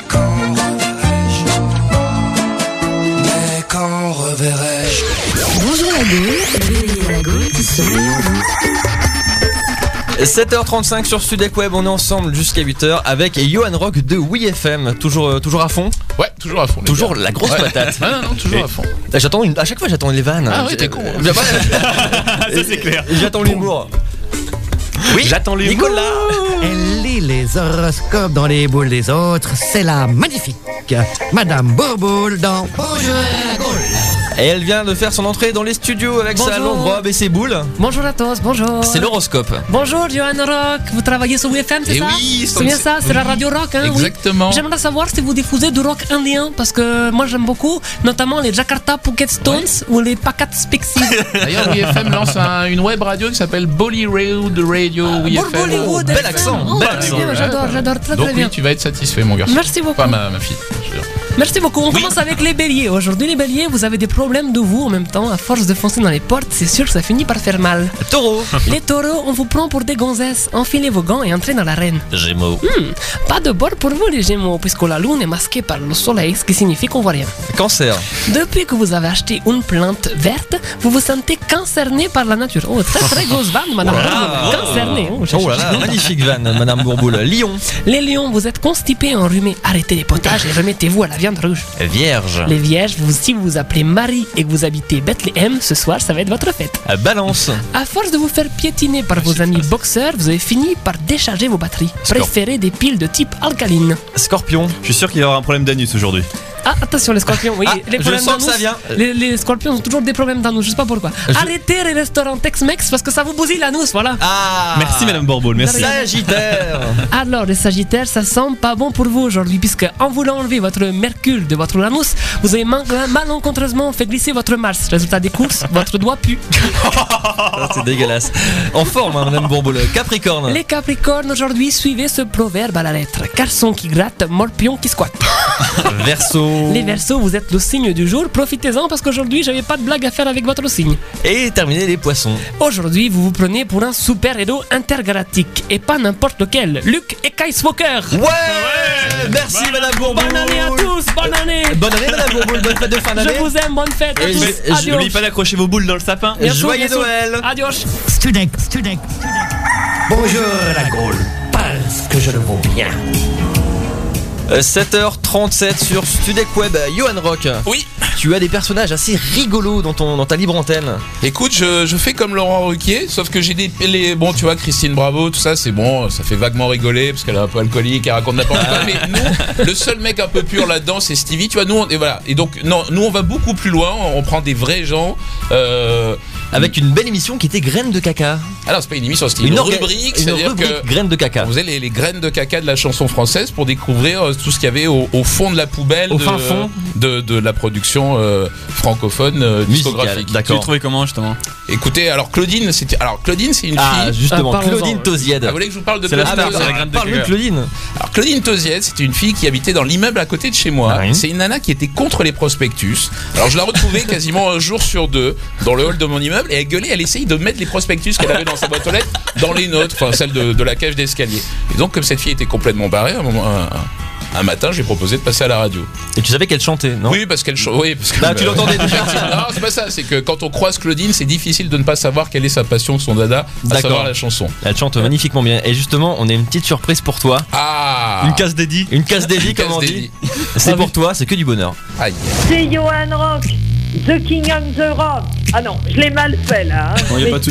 Quand reverrai-je Mais quand reverrai-je Bonjour la Gaule, réveillez la Gaule qui se réveille en vous. 7h35 sur Studec Web, on est ensemble jusqu'à 8h avec Johan Rock de WeFM, toujours, euh, toujours à fond Ouais, toujours à fond. les Toujours gars. la grosse Ouais. patate. Ouais, non, non, toujours Et- à fond. J'attends une- à chaque fois j'attends les vannes. Ah ouais, J'ai- t'es con. hein. *laughs* Bah, voilà, Ça c'est clair. J'attends l'humour. Oui, j'attends l'humour. Nicolas Elle lit les horoscopes dans les boules des autres. C'est la magnifique Madame Bourboule dans Bonjour à la Gaule. Et elle vient de faire son entrée dans les studios avec sa Bonjour. longue robe et ses boules. Bonjour à tous, bonjour. C'est l'horoscope. Bonjour Johan Rock, vous travaillez sur WFM, c'est Eh ça oui, c'est bien ça, c'est la radio rock. Hein, oui. Exactement. J'aimerais savoir si vous diffusez du rock indien, parce que moi j'aime beaucoup, notamment les Jakarta Phuket Stones ou les Pakat *laughs* Pixies. *laughs* D'ailleurs, WFM lance un- une web radio qui s'appelle Bollywood Radio Ah, WFM. Bollywood Bel FM. accent, Oh, bel très accent. bien, j'adore, j'adore, très, Donc très oui, bien. tu vas être satisfait, mon garçon. Merci beaucoup. Pas ma, ma fille. je jure. Merci beaucoup. On commence avec les béliers. Aujourd'hui, les béliers, vous avez des problèmes de vous en même temps. À force de foncer dans les portes, c'est sûr que ça finit par faire mal. Taureau. Les taureaux, on vous prend pour des gonzesses. Enfilez vos gants et entrez dans l'arène. Gémeaux. Hmm, pas de bord pour vous, les gémeaux, puisque la lune est masquée par le soleil, ce qui signifie qu'on voit rien. Cancer. Depuis que vous avez acheté une plante verte, vous vous sentez concerné par la nature. Oh, très très grosse vanne, madame. Wow. Concerné. Oh, j'ai- Oh là là, magnifique vanne, Madame Bourboule. Lion. Les lions, vous êtes constipés et enrhumés. Arrêtez les potages et remettez-vous à la viande rouge. Vierge. Les vierges, vous, si vous vous appelez Marie et que vous habitez Bethléem, ce soir, ça va être votre fête. Euh, Balance. À force de vous faire piétiner par vos amis boxeurs, vous avez fini par décharger vos batteries. Scorp- Préférez des piles de type alcaline. Scorpion. Je suis sûr qu'il va y avoir un problème d'anus aujourd'hui. Ah, attention, les scorpions, oui. Ah, les je problèmes sens que d'anus, ça vient. Les, les scorpions ont toujours des problèmes d'anus, je sais pas pourquoi. Arrêtez les restaurants Tex-Mex parce que ça vous bousille l'anus, voilà. Ah Merci Madame Bourboule, merci. Sagittaire. *laughs* Alors, les sagittaires, ça semble pas bon pour vous aujourd'hui, puisque en voulant enlever votre Mercure de votre anus, vous avez man- malencontreusement fait glisser votre Mars. Résultat *laughs* des courses, votre doigt pue. Ah, C'est dégueulasse. En forme, hein, Madame Bourboule. Capricorne. Les Capricornes aujourd'hui, suivez ce proverbe à la lettre. Garçon qui gratte, morpion qui squatte. Verseau. Les Verseaux, vous êtes le signe du jour, profitez-en parce qu'aujourd'hui, j'avais pas de blague à faire avec votre signe. Et terminé les poissons. Aujourd'hui, vous vous prenez pour un super-héros intergalactique, et pas n'importe lequel, Luke et Kai Walker. Ouais, Eh, Merci Madame Bourboule. Bonne année à tous, bonne année Bonne année Madame Bourboule, bonne fête de fin d'année. Je vous aime, bonne fête à Et tous, je- je- adios. N'oubliez pas d'accrocher vos boules dans le sapin. Bien sûr, Joyeux bien sûr. Noël Adios Studek, Studek, Bonjour la Gaule, parce que je le vaux bien. Euh, 7h37 sur Studec Web, Johan Rock. Oui. Tu as des personnages assez rigolos dans, ton, dans ta libre antenne. Écoute, je, je fais comme Laurent Ruquier, sauf que j'ai des. Les, bon, tu vois, Christine Bravo, tout ça, c'est bon, ça fait vaguement rigoler parce qu'elle est un peu alcoolique, elle raconte n'importe quoi. Mais nous, le seul mec un peu pur là-dedans, c'est Stevie. Tu vois, nous, on, et voilà. Et donc, non, nous, on va beaucoup plus loin, on, on prend des vrais gens. euh, Avec une belle émission qui était Graines de caca. Ah non, c'est pas une émission, c'est Une une, orga- rubrique, une c'est-à-dire rubrique que graines de caca. On faisait les, les graines de caca de la chanson française pour découvrir euh, tout ce qu'il y avait au, au fond de la poubelle Au de, fin fond. De, de la production euh, francophone euh, discographique. Tu l'as trouvé comment justement Écoutez, alors Claudine, c'était alors Claudine, c'est une Ah, fille. justement, Ah, parlons-en. Claudine Tauziade. Ah, vous voulez que je vous parle de C'est la star, Tauziade c'est la graine de Parle-nous de caca. Claudine. Alors Claudine Tauziade, c'était une fille qui habitait dans l'immeuble à côté de chez moi. C'est une nana qui était contre les prospectus. Alors je la retrouvais quasiment un jour sur deux dans le hall de mon immeuble et elle gueulait, elle essayait de mettre les prospectus qu'elle avait dans sa boîte aux lettres dans les nôtres, enfin celle de, de la cage d'escalier. Et donc comme cette fille était complètement barrée, à un moment. un- un- un matin, j'ai proposé de passer à la radio. Et tu savais qu'elle chantait, non Oui, parce qu'elle chantait. Oui, parce que Bah, *laughs* tu l'entendais déjà. Ah non, c'est pas ça. C'est que quand on croise Claudine, c'est difficile de ne pas savoir quelle est sa passion, son dada, à savoir la chanson. Elle chante magnifiquement bien. Et justement, on a une petite surprise pour toi. Ah Une case dédiée. Une case dédiée, Une comme case on dit. dédiée. C'est Ah pour toi, c'est que du bonheur. Aïe. C'est Johan Rock, The King of the Rock. Ah non, je l'ai mal fait là. hein. n'y Mais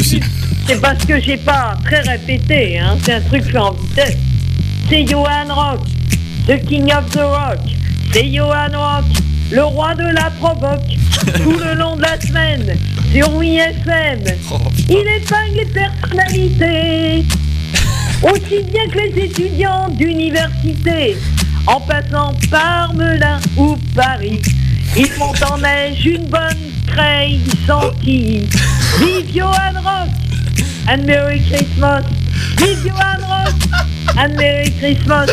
C'est parce que j'ai pas très répété. Hein. C'est un truc fait en vitesse. C'est Johan Rock, The King of the Rock. C'est Johan Rock, le roi de la provoque. Tout le long de la semaine, sur IFM. Il épingle les personnalités aussi bien que les étudiants d'université, en passant par Melun ou Paris. Ils montent en neige une bonne treille sentie. Vive Johan Rock and Merry Christmas. Vive Johan Rock and Merry Christmas.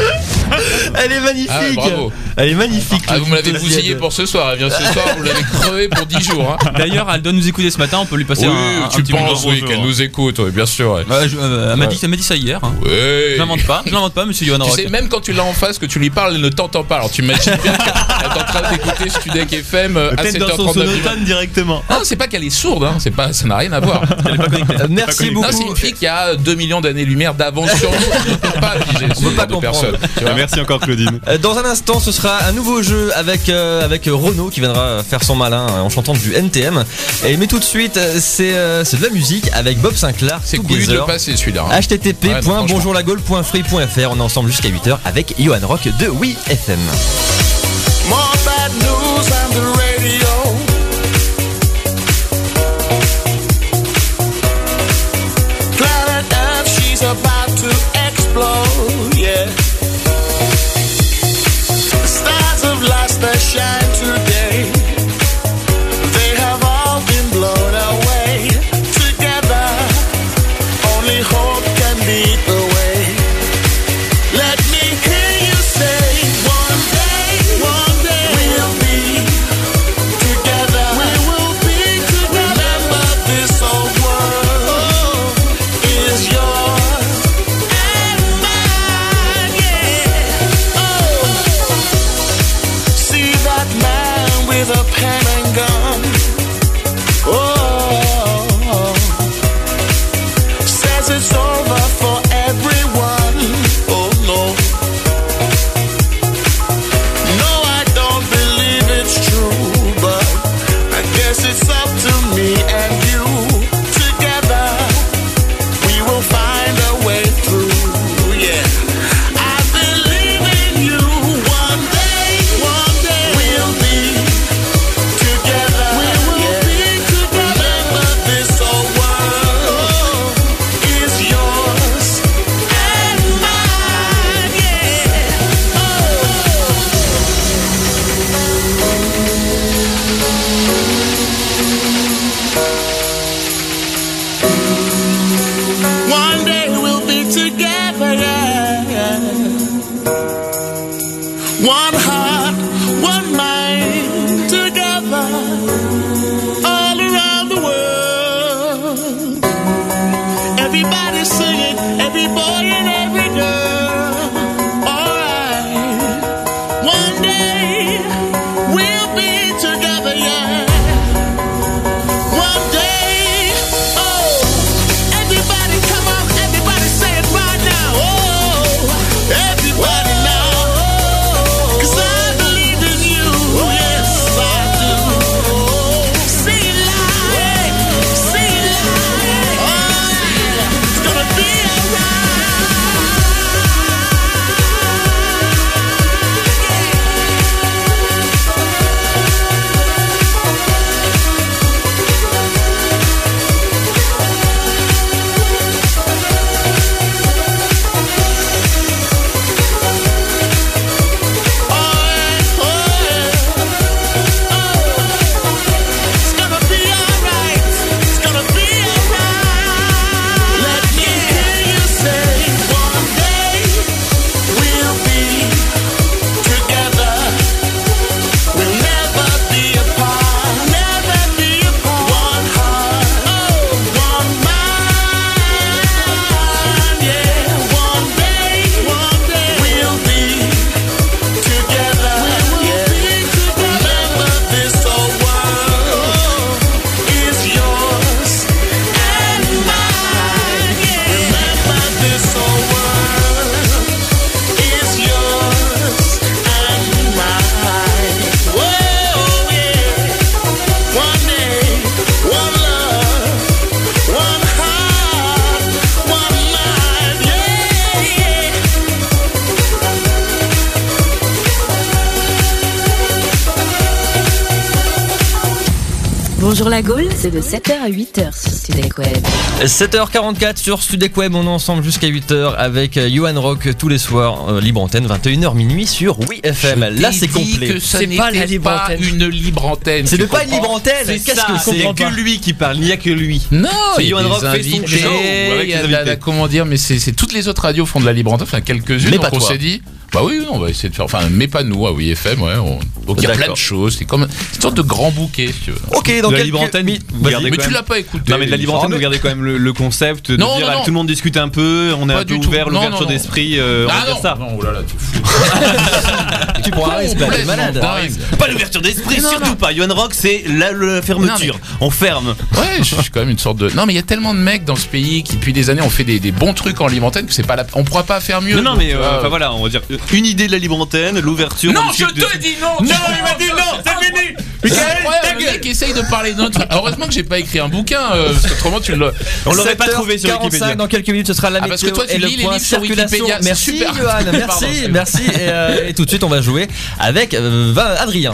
Elle est magnifique. Ah, bravo. Elle est magnifique. Ah, vous me l'avez Claudine bousillé Tauziade. pour ce soir. Elle vient Eh ce soir, vous l'avez crevé pour 10 jours. hein. *laughs* D'ailleurs, elle doit nous écouter ce matin, on peut lui passer oui, un, un tu petit penses bonjour. oui, qu'elle nous écoute, oui, bien sûr. ouais. Ouais, hein. je- euh, elle m'a Ouais. dit, elle m'a dit ça hier. hein. Ouais. Je l'invente pas, je l'invente pas, monsieur Johan Tu Rock. sais, même quand tu l'as en face, que tu lui parles, elle ne t'entend pas. Alors tu imagines bien qu'elle est en train d'écouter Studek FM euh, à Peut-être dans son 7h39. du matin. sonotone directement. Non, c'est pas qu'elle est sourde, hein, c'est pas, ça n'a rien à voir. Merci Non, c'est beaucoup. une fille qui a 2 millions d'années-lumière d'avance sur nous. On ne peut pas obliger ce genre de personne. tu vois. Merci encore Claudine. Euh, Dans un instant, ce sera un nouveau jeu avec, euh, avec euh, Renaud qui viendra faire son malin euh, en chantant du NTM. Et, mais tout de suite, euh, c'est euh, c'est de la musique avec Bob Sinclair. C'est tout cool de gazer. passer celui-là. hein. Ouais, non, franchement. http.bonjourlagaule.free.fr On est ensemble jusqu'à 8h avec Johan Rock de WeFM. More bad news on the radio. Oh. bad man with a pen and gun. Oh, says it's over for everyone. Oh no, no, I don't believe it's true, but I guess it's up to me and you. Together, we will find a way through. Yeah. I believe in you. One day, one day we'll be together. We will be together. Remember this whole world is yours and mine. Yeah. One day we'll be together. yeah. One heart, one mind, together. All around the world. Everybody sing it, every boy and every girl. Alright. One day we'll be together, yeah. One day, oh. Everybody come on, everybody say it right now. Oh, everybody now. Cause I believe in you. Oh, Yes, I do. Sing it loud. Sing it loud. Alright, Oh, It's gonna be alright. Bonjour la Gaule, c'est de 7h à 8h sur Studek Web. 7h44 sur Studek Web, on est ensemble jusqu'à 8h avec euh, Johan Rock tous les soirs, euh, libre antenne, 21h minuit sur Oui FM. Là c'est complet. C'est pas la libre antenne. une libre antenne. C'est tu de pas une comprends libre antenne, C'est qu'est-ce ça, que c'est je comprends pas. que lui qui parle, il n'y a que lui. Non, C'est il y a Johan des Rock fait son invités, show avec il y a les de la- invités. comment dire, mais c'est c'est- toutes les autres radios font de la libre antenne, enfin quelques-unes. Mais donc pas on toi. s'est dit, bah oui, on va essayer de faire, enfin, mais pas nous, ah oui, FM, ouais. on- donc il y a plein de choses, c'est comme c'est une sorte de grand bouquet, si tu veux. Ok, de donc la quelques libre antenne, minutes- vous Vas-y. gardez Mais quand tu même- l'as pas écouté. Non, mais de la libre antenne, vous gardez quand même le, le concept de Non, dire non, ah, non. tout le monde discute un peu, on est Pas un peu du tout. ouvert, Non, non, l'ouverture non. d'esprit, euh, on Ah va dire non, ça. non, oh là là, tu fous. Tu pourras rester complètement malade. dingue. Pas l'ouverture d'esprit, Non, non. surtout pas. Yohan Rock, c'est la, la fermeture. On ferme. Ouais, je suis quand même une sorte de. Non, mais il y a tellement de mecs dans ce pays qui, depuis des années, ont fait des, des bons trucs en libre antenne que c'est pas la... on pourra pas faire mieux. Non, non, donc, mais tu euh, vois. enfin, voilà, on va dire euh, une idée de la libre antenne, l'ouverture. Non, on je discute de- te dis non. Non, il m'a dit non, Ah, c'est fini. Michael, ta gueule qui essaye de parler d'un truc. Heureusement que j'ai pas écrit un bouquin, euh, parce que autrement tu le. On l'aurait pas trouvé sur 45, Wikipédia. Dans quelques minutes, ce sera la Ah, parce météo que toi, tu et le lis les point livres sur circulation. Wikipédia, c'est Merci, super. Johan. *laughs* Pardon, Merci, excuse-moi. merci. Et, euh, et tout de suite, on va jouer avec euh, Va- Adrien.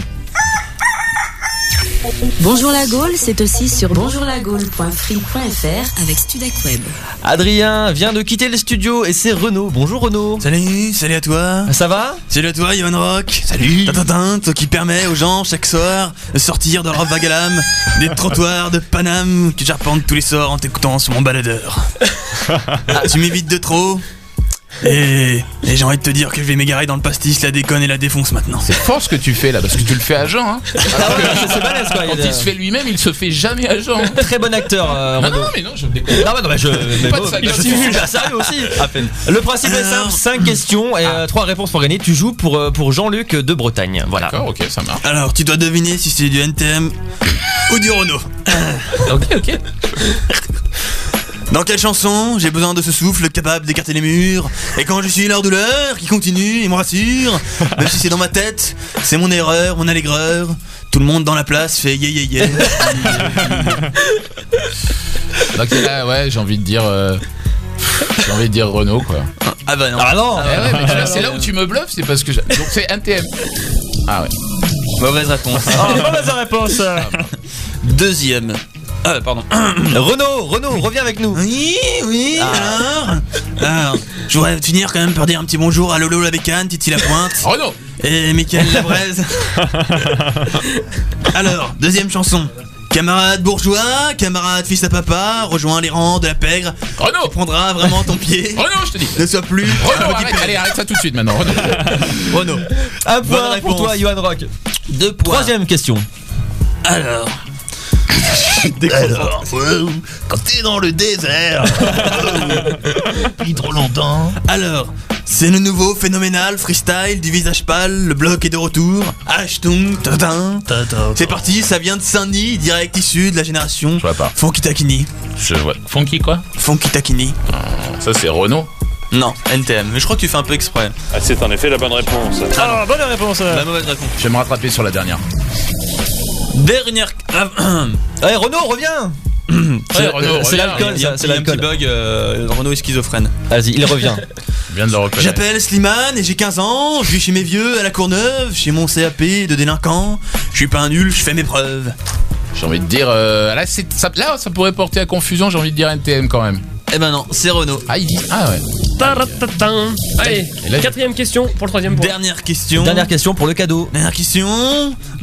Bonjour la Gaule, c'est aussi sur bonjourlagaule.free.fr avec Studek Web. Adrien vient de quitter le studio et c'est Renaud. Bonjour Renaud. Ah, Salut, salut à toi. Ça va Salut à toi, Yohan Rock. Salut. Tintin, toi qui permet aux gens chaque soir de sortir de leur vague à *laughs* l'âme des trottoirs de Paname *laughs* que j'arpente tous les soirs en t'écoutant sur mon baladeur. Ah, tu m'évites de trop. Et, et j'ai envie de te dire que je vais m'égarer dans le pastis, la déconne et la défonce maintenant. C'est fort ce que tu fais là, parce que tu le fais à Jean. Hein. Alors Ah, que Quand il se fait lui-même, il se fait jamais à Jean. *laughs* Très bon acteur. euh, non, Renaud. non, mais non, je me découvre. Non, bah, non, *laughs* bah, je. mais Pas de bon, saga, je c'est suis tout. là, sérieux *laughs* aussi. Le principe est simple 5 questions Ah. et 3 réponses pour gagner. Tu joues pour, euh, pour Jean-Luc de Bretagne. Voilà. D'accord, ok, ça marche. Alors, tu dois deviner si c'est du NTM ou du Renault. Ah. ok, ok. Dans quelle chanson j'ai besoin de ce souffle capable d'écarter les murs Et quand je suis leur douleur qui continue et me rassure Même si c'est dans ma tête, c'est mon erreur, mon allégreur Tout le monde dans la place fait yé yé yé *laughs* Ah, Donc là, ouais, j'ai envie de dire. euh, J'ai envie de dire Renault quoi. Ah bah non Ah non Eh ouais, mais tu vois, c'est Ah, bah, là où tu me bluffes, c'est parce que. j'ai- Donc c'est NTM. Ah ouais. Mauvaise réponse Ah, mauvaise réponse. Deuxième Ah pardon Renaud, Renaud, reviens avec nous. Ah. Oui, oui, alors Alors, Ah, je voudrais finir quand même par dire un petit bonjour à Lolo la bécane, Titi la pointe Renaud Et Michael *laughs* Labrèze Alors, deuxième chanson. Camarade bourgeois, camarade fils à papa, rejoins les rangs de la pègre. Renaud Tu prendras vraiment ton pied. Renaud, Oh je te dis Ne sois plus un Renaud, petit arrête, père. allez, arrête ça tout de suite maintenant, Renaud. Renaud. Un Bonne point pour réponse. toi, Johan Rock. Deux points. Troisième question. *laughs* Alors. Alors, ouais, quand t'es dans le *laughs* désert, depuis trop longtemps. Alors, c'est le nouveau phénoménal freestyle du visage pâle, le bloc est de retour. Ashtung, tadin. C'est parti, ça vient de Saint-Denis, direct issu de la génération Je vois pas. Funky Takini. Je vois. Funky quoi Ah, Funky Takini. Ça c'est Renault. Ah, Non, NTM, mais je crois que tu fais un peu exprès. c'est en effet la bonne réponse. Ah, bonne réponse. La mauvaise réponse. Je vais me rattraper sur la dernière. Dernière. Ah, *clears throat* Allez, Renaud, reviens. Ouais, Renaud, c'est reviens. l'alcool, Il y a ça, un petit- c'est il y a un petit l'alcool. bug, euh, Renaud est schizophrène. Vas-y, il revient. Je viens de le reconnaître. J'appelle Slimane et j'ai 15 ans, je vis chez mes vieux à la Courneuve, chez mon CAP de délinquant, je suis pas un nul, je fais mes preuves. J'ai envie de dire. euh, là, c'est- ça, là, ça pourrait porter à confusion, j'ai envie de dire NTM quand même. Eh ben non, c'est Renaud. Ah, il dit. Ah ouais. Taratatan. Allez, Et là, quatrième question pour le troisième point. Dernière question. Dernière question pour le cadeau. Dernière question.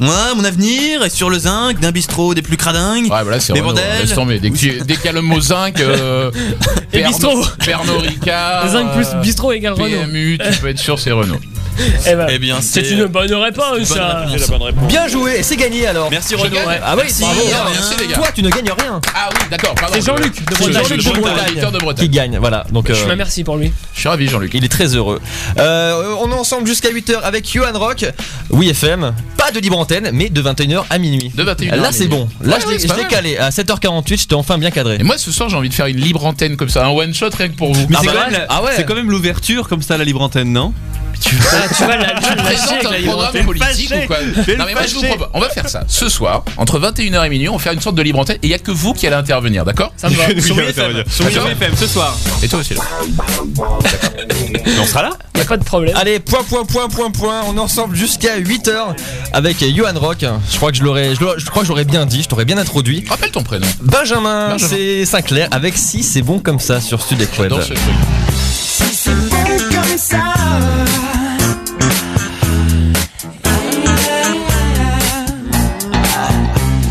Moi, mon avenir est sur le zinc d'un bistrot des plus cradingues. Ouais, bah là, c'est Mais Renaud. bordel. Laisse tomber. Dès que tu- dès qu'il y a le mot zinc. *laughs* euh, Et Pernod- bistrot. Pernod Ricard. Zinc plus euh, bistrot égale Renault. PMU, tu peux être sûr, c'est Renault. Eh ben, Eh bien, c'est. c'est une bonne réponse. bonne ça. réponse. C'est la bonne réponse. Bien joué, et c'est gagné alors. Merci Je Renaud. gagne Ah oui, Merci, bravo. non, merci, les gars. Toi, tu ne gagnes rien. Ah oui, d'accord, pardon. C'est Jean-Luc de C'est Bretagne. Jean-Luc Jean-Luc de de Bretagne. auditeur de Qui Bretagne. gagne, voilà. Donc, Je euh, me remercie pour lui. Je suis ravi, Jean-Luc. il est très heureux. Euh, on est ensemble jusqu'à 8h avec Johan Rock. Oui, FM. Pas de libre antenne, mais de 21h à minuit. De 21h. Là, c'est bon. Là, Ouais, je ouais, l'ai- c'est je pas l'ai mal. calé. À 7h48, j'étais enfin bien cadré. Et moi, ce soir, j'ai envie de faire une libre antenne comme ça, un one shot rien que pour vous. Mais Ah c'est bah quand ouais. même la- Ah ouais. c'est quand même l'ouverture comme ça à la libre antenne, non Ah, tu vois, la, tu *laughs* Tu présentes un programme politique ou quoi Non mais moi je vous propose, on va faire ça. Ce soir, entre 21h et minuit, on va faire une sorte de libre antenne et il y a que vous qui allez intervenir, d'accord Ça me *laughs* va. *laughs* Sur WFM. Sur D'accord. WFM, ce soir. Et toi aussi là. On sera là Y a pas de problème. Allez, point, point, point, point, point. On est ensemble jusqu'à 8h avec Johan Rock. Je crois que je l'aurais, je, l'aurais- je crois que j'aurais bien dit, je t'aurais bien introduit. Rappelle ton prénom. Benjamin, Benjamin. c'est Sinclair avec Si c'est bon comme ça sur Sud Ecweb. Dans ce truc. Comme ça,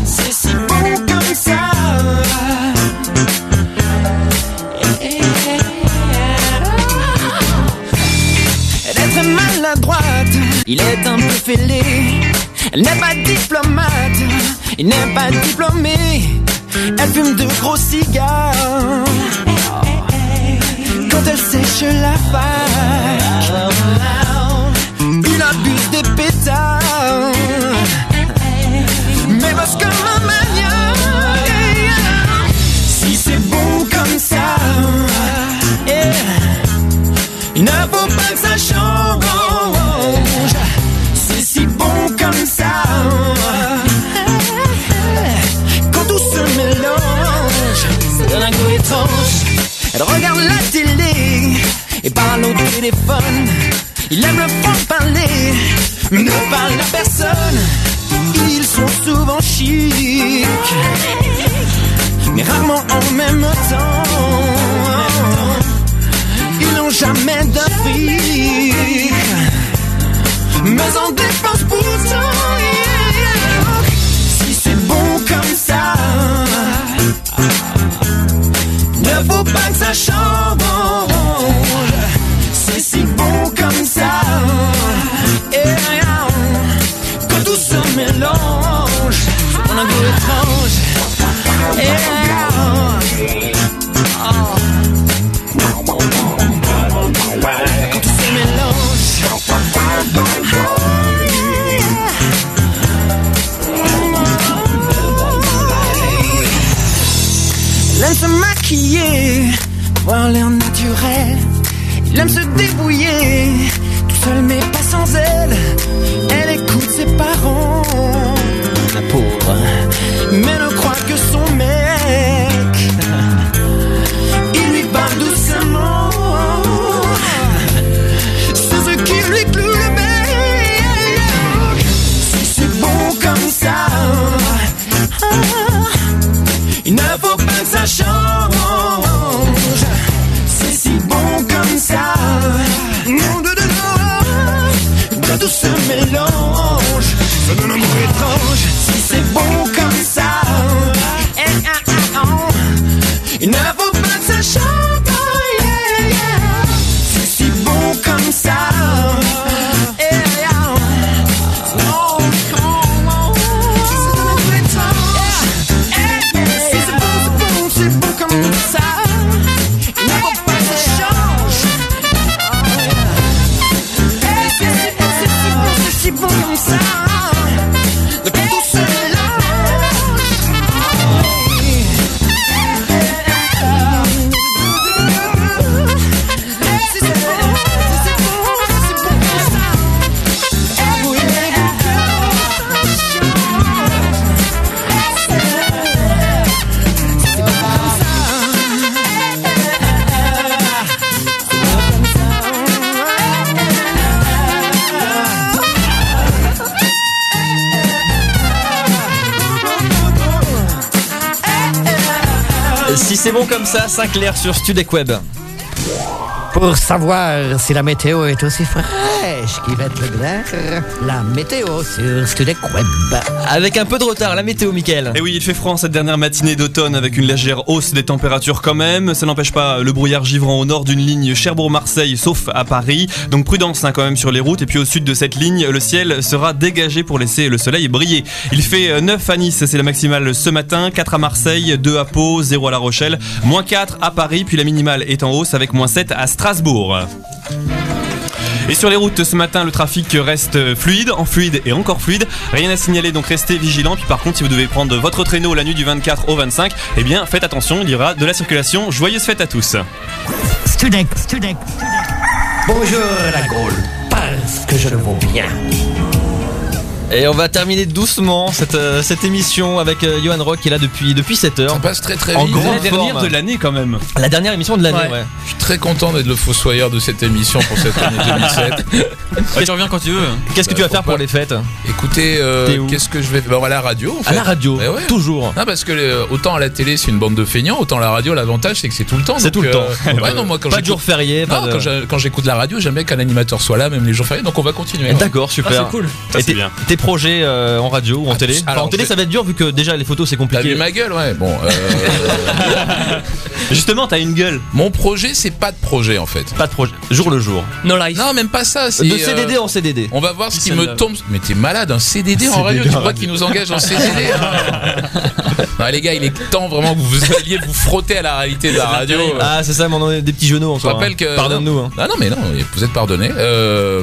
c'est si bon comme ça. D'être maladroite, il est un peu fêlé. Elle n'est pas diplomate, il n'est pas diplômé. Elle fume de gros cigares quand elle sèche la vache. Il abuse des pétards, mais parce que ma manière, si c'est bon comme ça, eh, il ne faut pas que ça change. C'est si bon comme ça. Quand tout se mélange, ça donne un goût étrange. Elle regarde la télé et parle au téléphone. Il aime le fond parler, mais ne parle à personne. Ils sont souvent chics, mais rarement en même temps. Ils n'ont jamais de fric, mais en dépense pourtant. yeah. Si c'est bon comme ça, ne faut pas que ça change. tout se mélange. On a un goût étrange. Yeah. Oh. Quand tout se mélange. Il aime se maquiller, voir l'air naturel. Il aime se débrouiller, tout seul mais pas sans elle. Elle écoute ses parents, la pauvre, mais ne croit que son mec. Il lui parle doucement. C'est ce qui lui cloue le bec. Si c'est bon comme ça. ah, il ne faut pas que ça change. C'est si bon comme ça. Non, de, de, de, de tout ce mélange. Ça donne un goût étrange. Si c'est bon comme ça. Eh, ah, ah, ah. Il ne faut pas que ça change. yeah, yeah. C'est si bon comme ça. E Eh, ah. Oh, come on. Ça donne un goût étrange. Si c'est bon, c'est bon, c'est bon comme ça. Il ne faut pas que ça change. Eh, C'est c'est- c'est si bon, c'est si bon comme ça. Le plus tout cela. C'est si bon, c'est si bon, c'est si bon comme ça. Oui, Si c'est bon comme ça, Sinclair sur Studec Web. Pour savoir si la météo est aussi fraîche qu'Yvette Leclerc, la météo sur Studec Web. Avec un peu de retard, la météo, Michael. Et Eh oui, il fait froid cette dernière matinée d'automne avec une légère hausse des températures quand même. Ça n'empêche pas le brouillard givrant au nord d'une ligne Cherbourg-Marseille, sauf à Paris. Donc prudence hein, quand même sur les routes. Et puis au sud de cette ligne, le ciel sera dégagé pour laisser le soleil briller. Il fait euh, 9 à Nice, c'est la maximale ce matin. 4 à Marseille, 2 à Pau, 0 à La Rochelle, moins 4 à Paris. Puis la minimale est en hausse avec moins 7 à Strasbourg. Et sur les routes ce matin, le trafic reste fluide, en fluide et encore fluide. Rien à signaler, donc restez vigilants. Puis par contre, si vous devez prendre votre traîneau la nuit du 24 au 25, eh bien faites attention, il y aura de la circulation. Joyeuse fête à tous. Studec, Studec. Bonjour la Gaule, parce que je le vaux bien. Et on va terminer doucement cette, euh, cette émission avec euh, Johan Rock qui est là depuis, depuis 7 heures. Ça passe très très en vite. grande La dernière forme. de l'année, quand même. La dernière émission de l'année, ouais. Je suis très content d'être le fossoyeur de cette émission pour *laughs* *laughs* cette année 2007. tu reviens quand tu veux. hein. Euh, Qu'est-ce que tu vas faire pour les fêtes Écoutez, euh, qu'est-ce que je vais faire bah, À la radio. En fait. À la radio, Eh ouais. toujours. Non, parce que euh, autant à la télé, c'est une bande de feignants, autant à la radio, l'avantage, c'est que c'est tout le temps. C'est donc, euh, tout le temps. *laughs* ouais, non, moi, quand Pas de j'écoute- jour férié, pas Non, de- quand j'ai- quand j'écoute la radio, j'aime bien qu'un animateur soit là, même les jours fériés, donc on va continuer. D'accord, super. Ah, Et tes- Tes projets euh, en radio ou en télé Enfin, Ah, alors, En télé, je- ça va être dur vu que déjà les photos, c'est T'as compliqué. vu ma gueule, ouais. Bon. euh, *laughs* Justement, t'as une gueule. Mon projet, c'est pas de projet en fait. Pas de projet. Jour le jour. Non, Non, même pas ça. c'est, De CDD euh, en CDD. On va voir ce qui me celle-là. tombe. Mais t'es malade, un CDD en CDD radio, tu en crois radio. qu'il nous engage en CDD hein *laughs* Non, les gars, il est temps vraiment que vous alliez vous frotter à la réalité de la radio. Euh, Ah, c'est ça, mais on en est des petits genoux en Je soi. rappelle hein. que. Pardonne-nous. hein. Ah non, mais non, vous êtes pardonné. Euh,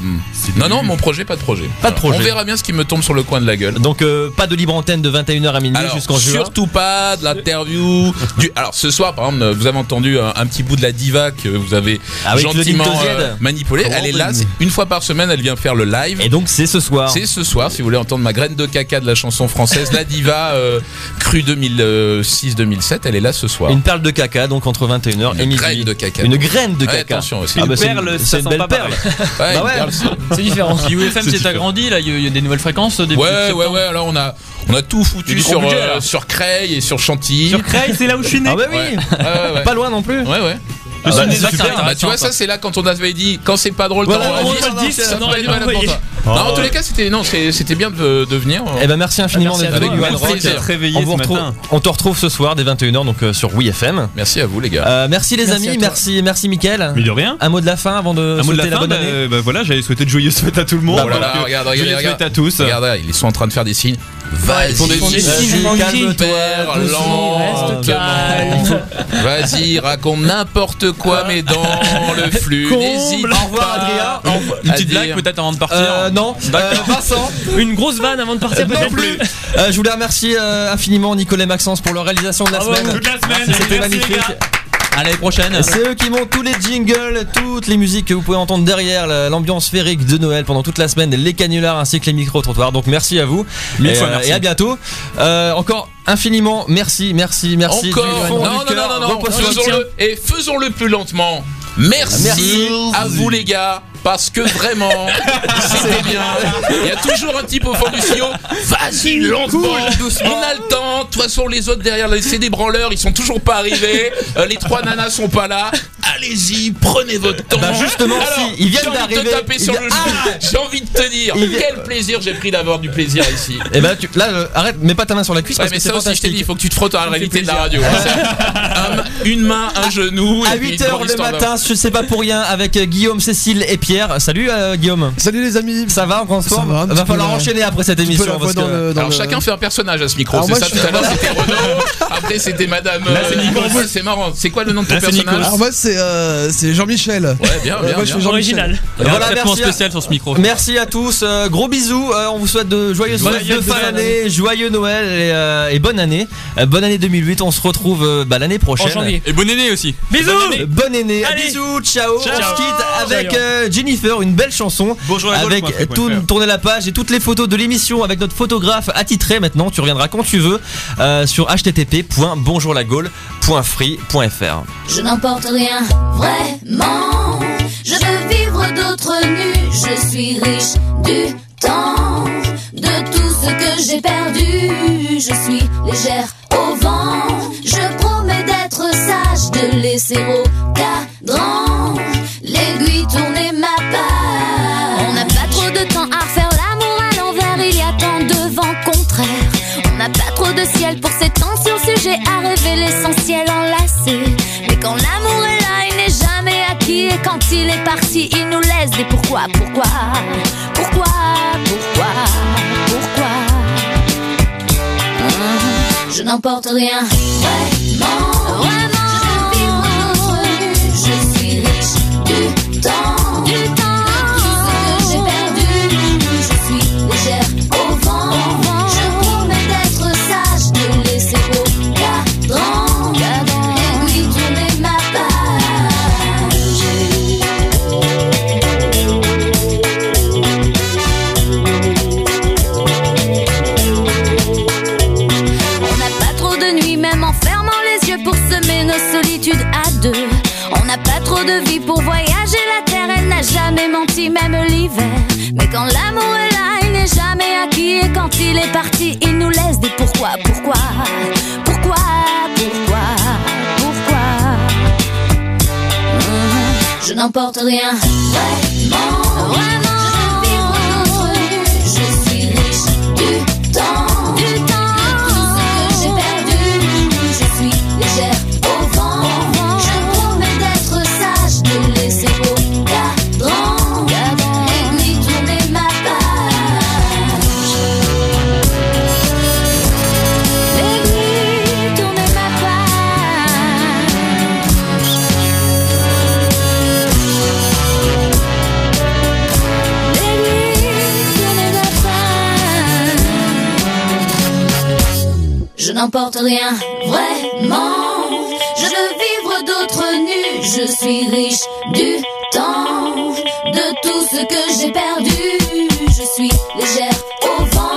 non, non, mon projet, pas de projet. Pas de projet. On verra bien ce qui me tombe sur le coin de la gueule. Donc, euh, pas de libre antenne de 21h à minuit Alors, jusqu'en juin. Surtout pas de l'interview. du... Alors ce soir, par exemple, vous avez entendu un, un petit bout de la diva que vous avez Avec gentiment Ah Claudine Tauziade. euh, manipulée. Elle est là, c'est une fois par semaine, elle vient faire le live. Et donc c'est ce soir. C'est ce soir, si vous voulez entendre ma graine de caca de la chanson française, la diva euh, crue 2006-2007, elle est là ce soir. Une perle de caca, donc entre 21h et Une minuit. graine de caca. Une graine de Ouais, caca. attention, ouais, c'est- Ah Une bah, c'est perle, ça c'est une sent belle *laughs* pas perle. Ouais, Bah une perle, C'est *laughs* différent. C'est UFM s'est différent. agrandi, là, il y a- il y a des nouvelles fréquences. début Ouais, septembre. ouais, ouais, alors on a, on a tout Il y a foutu du gros sur, budget, euh, là. sur Creil et sur Chantilly. Sur Creil, c'est là où je suis né. Ah bah oui Ouais. Pas loin non plus Ouais, ouais. Ah Je bah, suis né c'est là, c'est super. intéressant, Bah, tu vois, ça. ça, c'est là quand on avait dit quand c'est pas drôle, Voilà, t'en on enregistres, enregistre, ça non, fait il du m'a mal à envoyé. toi. Non, en tous les cas, c'était non, c'est- c'était bien de, de venir. Eh ben merci Ah, infiniment d'être venu, Yoann Rock. on, vous retrouve- on te retrouve ce soir dès 21h donc euh, sur WeFM. Merci à vous les gars. Euh, merci les Merci à amis, toi. merci merci Mickaël. Mais de rien. Un mot de la fin avant de Un mot de la souhaiter fin, bonne bah, année. euh, bah voilà, j'allais souhaiter de joyeuses fêtes à tout le monde. Bah voilà, Donc, euh, regarde, regarde, joyeuses regarde. fêtes à tous. Regarde, là, ils sont en train de faire des signes. Vas-y, Ils font des Euh, signes, vas-y, vas-y, calme-toi, calme-toi, lentement. reste calme. Vas-y, raconte n'importe quoi, mais dans le flux. Comble. N'hésite Au revoir, pas Adrien. à Une petite blague, dire- peut-être, avant de partir. hein. Euh, non. Euh, Vincent. Une grosse vanne avant de partir, Non peut-être plus. Euh, je voulais remercier euh, infiniment Nicolas et Maxence pour leur réalisation de la Bravo. semaine. Toute la semaine. C'était Merci, les magnifique. gars. À l'année prochaine. C'est eux qui montent tous les jingles, toutes les musiques que vous pouvez entendre derrière, la- l'ambiance féerique de Noël pendant toute la semaine, les canulars ainsi que les micro-trottoirs. Donc merci à vous. Mille et, fois merci. et à bientôt. Euh, encore infiniment merci, merci, merci. Encore. du fond Non, du non, cœur. non, non, non. Repose sur le tien. Faisons-le et faisons-le plus lentement. Merci, Merci. à vous les gars, parce que *laughs* vraiment, c'était bien. Il y a toujours un type au fond du sillon. Vas-y, lentement, doucement. On a le temps. De toute façon, les autres derrière, là, c'est des branleurs, ils sont toujours pas arrivés. Euh, les trois nanas sont pas là. Allez-y, prenez votre temps. Bah, justement, si, ils viennent j'ai envie de te d'arriver. taper sur Ils- le Ah genou. J'ai envie de te dire, Ils vi- quel plaisir j'ai pris d'avoir du plaisir ici. Et ben tu- là, euh, arrête, mets pas ta main sur la cuisse Ouais, parce mais que c'est ça aussi, je t'ai fantastique. dit, il faut que tu te frottes à la réalité de la radio. hein. *laughs* Un- une main, un genou. À et puis une 8h grande le histoire matin, d'amour. je sais pas pour rien, avec euh, Guillaume, Cécile et Pierre. Salut euh, Guillaume. Salut les amis. Ça va, on se forme va, un Va petit peu falloir la- enchaîner après cette un petit peu émission. la voix parce dans que- le- dans Alors, le- chacun fait un personnage à ce micro. Alors, C'est moi, ça je tout suis- à l'heure, c'était Renaud. Après, c'était Madame. euh, Nicolas. c'est marrant. C'est quoi le nom de ton personnage Alors moi c'est euh, c'est Jean-Michel. Ouais, bien, Euh, bien, moi, je bien. hein. suis Jean-Michel. Original. Et voilà, merci à- spécial sur ce micro. Merci à tous, euh, gros bisous, euh, on vous souhaite de joyeuses Joyeux fêtes de fin Noël. d'année, joyeux Noël et, euh, et bonne année. Euh, bonne année 2008, on se retrouve euh, bah, l'année prochaine. En janvier. Et bonne année aussi. Bisous Bonne année. Bonne année, Allez. bisous, Ciao. ciao, On se quitte avec Ciao. euh, Jennifer, une belle chanson. Bonjour à la Avec euh, gauche, moi, tout- fréquent. tourner la page et toutes les photos de l'émission avec notre photographe attitré maintenant, tu reviendras quand tu veux, euh, sur http.bonjourlagaule.free.fr. Je n'emporte rien, vraiment. Je veux vivre d'autres nues. Je suis riche du temps, de tout ce que j'ai perdu. Je suis légère au vent. Je promets d'être sage, de laisser au cadran l'aiguille tourner ma page. On n'a pas trop de temps à faire l'amour à l'envers. Il y a tant de vents contraires. On n'a pas trop de ciel pour s'étendre sur le sujet à rêver l'essentiel enlacé. Mais quand l'amour est là, il n'est jamais acquis. Et quand il est parti, il nous laisse des pourquoi, pourquoi, pourquoi, pourquoi, pourquoi. Hum, Je n'emporte rien, vraiment, vraiment. Je veux vivre d'autres nues. Je suis riche du temps, du temps. Tout ce que j'ai perdu, je suis légère au vent. Je promets d'être sage, de laisser au cadran l'aiguille tourner ma page. On n'a pas trop de nuit, même en fermant les yeux pour semer nos solitudes à deux. On n'a pas trop de vie pour voyager la terre, elle n'a jamais menti, même l'hiver. Mais quand l'amour est là, il n'est jamais acquis. Et quand il est parti, il nous laisse des pourquoi, pourquoi, pourquoi, pourquoi, pourquoi. Hum, Je n'emporte rien, vraiment, vraiment. Je veux vivre d'autres nues. Je suis riche du temps, du temps. Tout ce que j'ai perdu, je suis légère au vent. Je promets d'être sage, de laisser au cadran l'aiguille tourner ma page. L'aiguille tourner ma page. L'aiguille tourner ma page. Je n'emporte rien, vraiment. Je veux vivre d'autres nues. Je suis riche du temps, de tout ce que j'ai perdu. Je suis légère au vent.